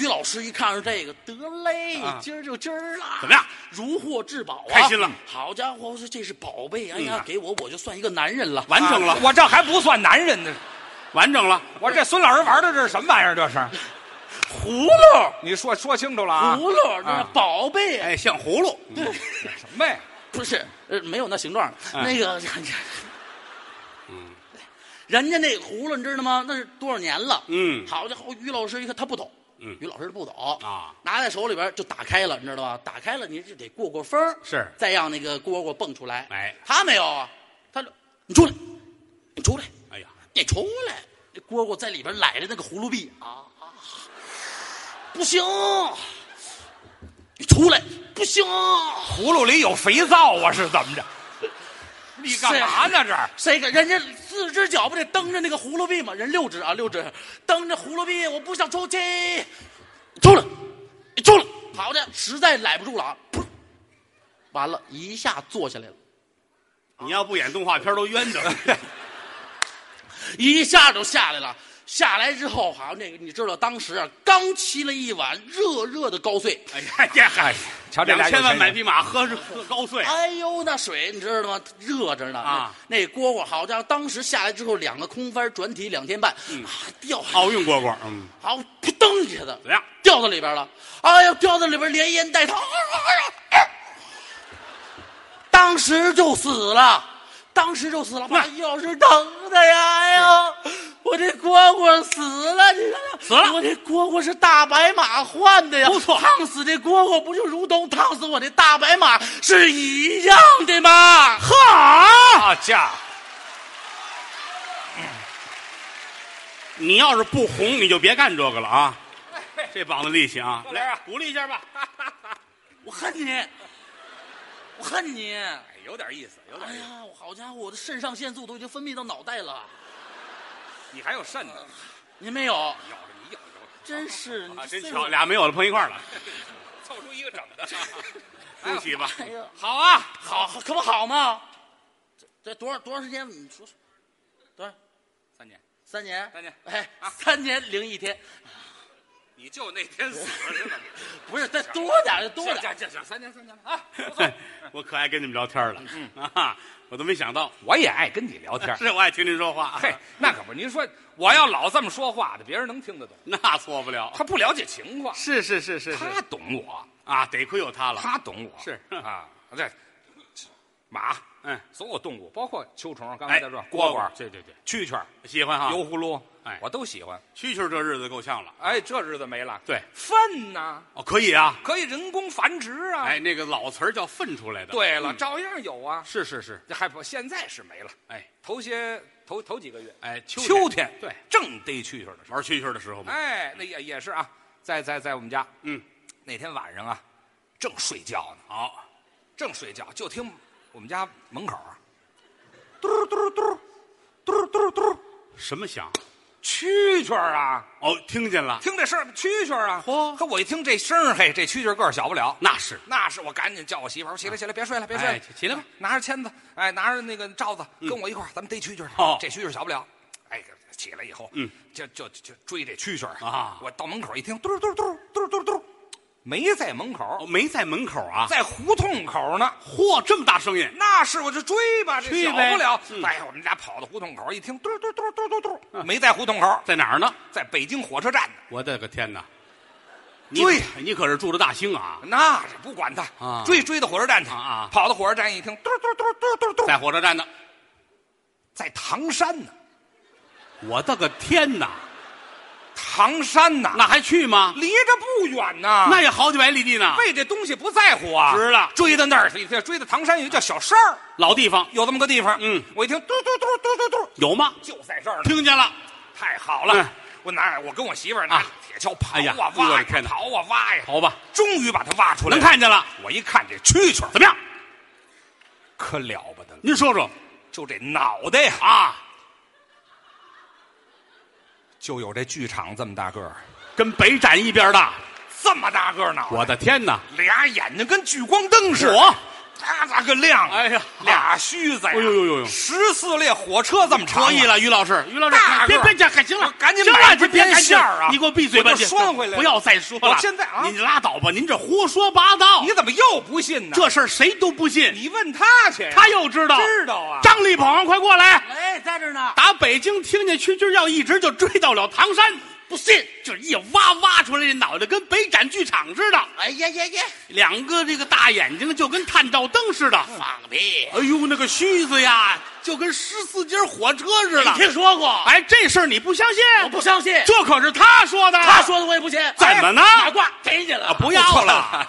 [SPEAKER 4] 于老师一看是这个，得嘞，今儿就今儿了，
[SPEAKER 2] 啊怎么样？
[SPEAKER 4] 如获至宝啊！
[SPEAKER 2] 开心了
[SPEAKER 4] 好家伙，我说这是宝贝，哎呀
[SPEAKER 2] 嗯，
[SPEAKER 4] 给我我就算一个男人了。
[SPEAKER 2] 完整了，
[SPEAKER 3] 啊我这还不算男人呢，
[SPEAKER 2] 完整了。
[SPEAKER 3] 我这孙老师玩的这是什么玩意儿？这是，
[SPEAKER 4] 葫芦，
[SPEAKER 3] 你说说清楚了啊！
[SPEAKER 4] 葫芦，这是
[SPEAKER 3] 啊
[SPEAKER 4] 宝贝，
[SPEAKER 2] 哎，像葫芦，
[SPEAKER 3] 什么呀？
[SPEAKER 4] 不是，呃，没有那形状的，
[SPEAKER 2] 嗯
[SPEAKER 4] 那个，人家那葫芦你知道吗？那是多少年了？
[SPEAKER 2] 嗯
[SPEAKER 4] 好家伙，于老师一看他不懂，
[SPEAKER 2] 嗯
[SPEAKER 4] 于老师不懂
[SPEAKER 2] 啊
[SPEAKER 4] 拿在手里边就打开了，你知道吧？打开了你就得过过风儿
[SPEAKER 2] 是
[SPEAKER 4] 再让那个蝈蝈蹦出来。
[SPEAKER 2] 哎
[SPEAKER 4] 他没有啊，他就你出来，你出来，
[SPEAKER 2] 哎呀，
[SPEAKER 4] 你出来，那蝈蝈在里边揽着那个葫芦臂啊，啊不行，你出来，不行。
[SPEAKER 3] 葫芦里有肥皂啊？是怎么着？ [laughs] 你干嘛呢？这儿
[SPEAKER 4] 谁给人家四只脚不得蹬着那个葫芦臂吗？人六只啊，六只蹬着葫芦臂，我不想出去，出了，出了，好的，实在耐不住了啊，噗，完了，一下坐下来了，
[SPEAKER 2] 你要不演动画片儿都冤的。
[SPEAKER 3] [laughs]
[SPEAKER 4] 一下就下来了。下来之后，好那个你知道，当时啊，刚沏了一碗热热的高碎，
[SPEAKER 2] 哎呀，这还
[SPEAKER 3] 瞧这俩
[SPEAKER 2] 两
[SPEAKER 3] 有
[SPEAKER 2] 千万
[SPEAKER 3] 钱人啊
[SPEAKER 2] 买匹马，喝是喝高碎，
[SPEAKER 4] 哎呦，那水你知道吗？热着呢
[SPEAKER 2] 啊！
[SPEAKER 4] 那那蝈蝈，好家伙，当时下来之后，两个空翻转体两天半，啊，掉下来
[SPEAKER 2] 奥运蝈蝈，嗯，
[SPEAKER 4] 好，扑腾一下子，
[SPEAKER 2] 怎么样？
[SPEAKER 4] 掉到里边了。哎呀，掉到里边连烟带汤，哎呀哎呀当时就死了，当时就死了，把钥匙疼的呀！哎呀，我这蝈蝈死了，你看看，死
[SPEAKER 2] 了
[SPEAKER 4] 我这蝈蝈是大白马换的呀，
[SPEAKER 2] 不错
[SPEAKER 4] 烫死这蝈蝈不就如同烫死我这大白马是一样的吗？好，
[SPEAKER 3] 啊家伙
[SPEAKER 2] 你要是不红，你就别干这个了啊！这膀子力气啊，
[SPEAKER 3] 哎来啊
[SPEAKER 2] 鼓励一下吧。
[SPEAKER 4] 我恨你，我恨你。
[SPEAKER 2] 有点意思，有
[SPEAKER 4] 哎呀，我好家伙，我的肾上腺素都已经分泌到脑袋了。
[SPEAKER 3] 你还有肾呢？
[SPEAKER 4] 您没有？有了，你有真是，你
[SPEAKER 2] 啊，真
[SPEAKER 4] 这岁数
[SPEAKER 2] 巧，俩没有了碰一块儿了，
[SPEAKER 3] 凑出一个整的。
[SPEAKER 2] 恭喜吧！
[SPEAKER 4] 哎呀，
[SPEAKER 2] 好啊，
[SPEAKER 4] 好，可不好吗？这这多少多长时间？你说说，多少？
[SPEAKER 3] 三年，
[SPEAKER 4] 三年？
[SPEAKER 3] 三年
[SPEAKER 4] 哎，三年零一天。
[SPEAKER 8] 你就那天死了
[SPEAKER 3] [laughs]
[SPEAKER 8] 是怎么着？
[SPEAKER 4] 不是，再多点儿，多
[SPEAKER 8] 行
[SPEAKER 4] 点儿。
[SPEAKER 8] 行行行，三年三年了啊！
[SPEAKER 2] [laughs] 我可爱跟你们聊天了，
[SPEAKER 3] 嗯
[SPEAKER 2] 啊，我都没想到，。
[SPEAKER 3] [laughs] 我也爱跟你聊天
[SPEAKER 2] 是我爱听您说话，啊
[SPEAKER 3] 嘿，那可不，您说我要老这么说话的，别人能听得懂？
[SPEAKER 2] [laughs] 那错不了，
[SPEAKER 3] 他不了解情况，
[SPEAKER 2] 是是是是
[SPEAKER 3] 他懂我，
[SPEAKER 2] 啊，得亏有他了，
[SPEAKER 3] 他懂我
[SPEAKER 2] 是
[SPEAKER 3] 啊，这马，
[SPEAKER 2] 嗯，
[SPEAKER 3] 所有动物，包括秋虫，刚
[SPEAKER 2] 哎
[SPEAKER 3] 才在这儿，
[SPEAKER 2] 蝈
[SPEAKER 3] 蝈蝈、
[SPEAKER 2] 对对对，
[SPEAKER 3] 蛐蛐儿、
[SPEAKER 2] 喜欢哈，
[SPEAKER 3] 油葫芦
[SPEAKER 2] 哎，
[SPEAKER 3] 我都喜欢。
[SPEAKER 2] 蛐蛐这日子够呛了，
[SPEAKER 3] 哎，这日子没了，
[SPEAKER 2] 对，
[SPEAKER 3] 粪呐、
[SPEAKER 2] 哦，可以啊，
[SPEAKER 3] 可以人工繁殖啊。
[SPEAKER 2] 哎，，那个老词儿叫粪出来的，
[SPEAKER 3] 对了，
[SPEAKER 2] 嗯
[SPEAKER 3] 照样有啊。
[SPEAKER 2] 是是是，
[SPEAKER 3] 这还不，现在是没了。
[SPEAKER 2] 哎
[SPEAKER 3] 头些头头几个月，
[SPEAKER 2] 哎，
[SPEAKER 3] 秋
[SPEAKER 2] 天
[SPEAKER 3] 天
[SPEAKER 2] 对，
[SPEAKER 3] 正逮蛐蛐儿的时候，
[SPEAKER 2] 玩蛐蛐的时候嘛，
[SPEAKER 3] 哎，那也也是啊，在在在我们家
[SPEAKER 2] 嗯，
[SPEAKER 3] 那天晚上啊，正睡觉呢，
[SPEAKER 2] 好，
[SPEAKER 3] 正睡觉，就听我们家门口啊
[SPEAKER 2] 什么响？
[SPEAKER 3] 蛐蛐儿啊，
[SPEAKER 2] 哦，听见了，
[SPEAKER 3] 听这声儿蛐蛐儿啊，
[SPEAKER 2] 嚯
[SPEAKER 3] 可我一听这声儿，嘿，这蛐蛐儿个儿小不了，
[SPEAKER 2] 那是
[SPEAKER 3] 那是我赶紧叫我媳妇儿，我起来起来，别睡了，别睡
[SPEAKER 2] 哎
[SPEAKER 3] 了，
[SPEAKER 2] 起来吧，嗯
[SPEAKER 3] 拿着签子，哎，拿着那个罩子，跟我一块儿，咱们逮蛐蛐儿。
[SPEAKER 2] 哦
[SPEAKER 3] 这蛐蛐儿小不了，哎，起来以后，
[SPEAKER 2] 嗯，
[SPEAKER 3] 就就就追这蛐蛐儿
[SPEAKER 2] 啊
[SPEAKER 3] 我到门口一听，嘟嘟嘟嘟嘟嘟，没在门
[SPEAKER 2] 哦，
[SPEAKER 3] 口，
[SPEAKER 2] 没在门口啊，
[SPEAKER 3] 在胡同口呢。
[SPEAKER 2] 嚯，这么大声音，
[SPEAKER 3] 那是我就追吧，这
[SPEAKER 2] 追
[SPEAKER 3] 小
[SPEAKER 2] 呗
[SPEAKER 3] 不了
[SPEAKER 2] 嗯。
[SPEAKER 3] 哎呀，我们家跑到胡同口一听，嘟嘟嘟嘟嘟嘟，没在胡同口，
[SPEAKER 2] 在哪儿呢？
[SPEAKER 3] 在北京火车站呢。
[SPEAKER 2] 我的个天哪！你
[SPEAKER 3] 对
[SPEAKER 2] 你可是住着大兴啊，
[SPEAKER 3] 那是不管他
[SPEAKER 2] 啊
[SPEAKER 3] 追追到火车站去
[SPEAKER 2] 啊啊
[SPEAKER 3] 跑到火车站一听，嘟嘟嘟嘟嘟嘟，
[SPEAKER 2] 在火车站呢。
[SPEAKER 3] 在唐山呢，
[SPEAKER 2] 我的个天哪！
[SPEAKER 3] 唐山呐，
[SPEAKER 2] 那还去吗？
[SPEAKER 3] 离着不远呐。
[SPEAKER 2] 那也好几百里地呢。
[SPEAKER 3] 啊为这东西不在乎啊，
[SPEAKER 2] 值了
[SPEAKER 3] 追到那儿去，追到唐山有一个叫小山儿，
[SPEAKER 2] 老地方
[SPEAKER 3] 有这么个地方。
[SPEAKER 2] 嗯
[SPEAKER 3] 我一听，嘟嘟嘟嘟嘟嘟，
[SPEAKER 2] 有吗？
[SPEAKER 3] 就在这儿呢。
[SPEAKER 2] 听见了，
[SPEAKER 3] 太好了
[SPEAKER 2] 嗯，
[SPEAKER 3] 我拿我跟我媳妇儿拿
[SPEAKER 2] 啊
[SPEAKER 3] 铁锹刨
[SPEAKER 2] 哎呀
[SPEAKER 3] 啊
[SPEAKER 2] 哎呦我
[SPEAKER 3] 挖
[SPEAKER 2] 的
[SPEAKER 3] 呀
[SPEAKER 2] 天哪
[SPEAKER 3] 刨啊挖呀，
[SPEAKER 2] 好吧，
[SPEAKER 3] 终于把它挖出来。
[SPEAKER 2] 能，看见了，
[SPEAKER 3] 我一看这蛐蛐儿
[SPEAKER 2] 怎么样？
[SPEAKER 3] 可了不得了，
[SPEAKER 2] 您说说
[SPEAKER 3] 就这脑袋呀，
[SPEAKER 2] 啊，
[SPEAKER 3] 就有这剧场这么大个儿，
[SPEAKER 2] 跟北展一边大。
[SPEAKER 3] 这么大个儿脑袋，
[SPEAKER 2] 我的天哪！
[SPEAKER 3] 俩眼睛跟聚光灯似的
[SPEAKER 2] 我，
[SPEAKER 3] 那咋个亮啊？
[SPEAKER 2] 哎呀
[SPEAKER 3] 俩须子呀，
[SPEAKER 2] 哎呦呦呦呦
[SPEAKER 3] 十四列火车这么长，啊
[SPEAKER 2] 可以。了，于老师，于老师
[SPEAKER 3] 大，个
[SPEAKER 2] 别
[SPEAKER 3] 儿
[SPEAKER 2] 别讲，还行了，
[SPEAKER 3] 赶紧
[SPEAKER 2] 行
[SPEAKER 3] 买
[SPEAKER 2] 了，
[SPEAKER 3] 一根
[SPEAKER 2] 你别
[SPEAKER 3] 烟
[SPEAKER 2] 赶紧
[SPEAKER 3] 线儿啊
[SPEAKER 2] 你给我闭嘴吧，
[SPEAKER 3] 我就
[SPEAKER 2] 你
[SPEAKER 3] 拴回来了
[SPEAKER 2] 不要再说了。
[SPEAKER 3] 我现在啊
[SPEAKER 2] 您拉倒吧，您这胡说八道
[SPEAKER 3] 你，怎么又不信呢？
[SPEAKER 2] 这事儿谁都不信。
[SPEAKER 3] 你问他去呀，
[SPEAKER 2] 他又知道，
[SPEAKER 3] 知道啊
[SPEAKER 2] 张立鹏，快过来！
[SPEAKER 6] 哎，在这儿呢，
[SPEAKER 2] 打北京听见蛐蛐叫，一直就追到了唐山。不信，就是一挖挖出来，这脑袋跟北展剧场似的，
[SPEAKER 6] 哎呀呀呀，
[SPEAKER 2] 两个这个大眼睛就跟探照灯似的。
[SPEAKER 6] 放屁！
[SPEAKER 2] 哎呦，那个须子呀，就跟十四节火车似
[SPEAKER 6] 没
[SPEAKER 2] 的。
[SPEAKER 6] 听说过？
[SPEAKER 2] 哎，这事儿你不相信？
[SPEAKER 6] 我不相信，
[SPEAKER 2] 这可是他说的。
[SPEAKER 6] 他说的我也不信。哎
[SPEAKER 2] 怎么呢
[SPEAKER 4] 啊
[SPEAKER 6] 哎马褂给你了，
[SPEAKER 2] 不要了，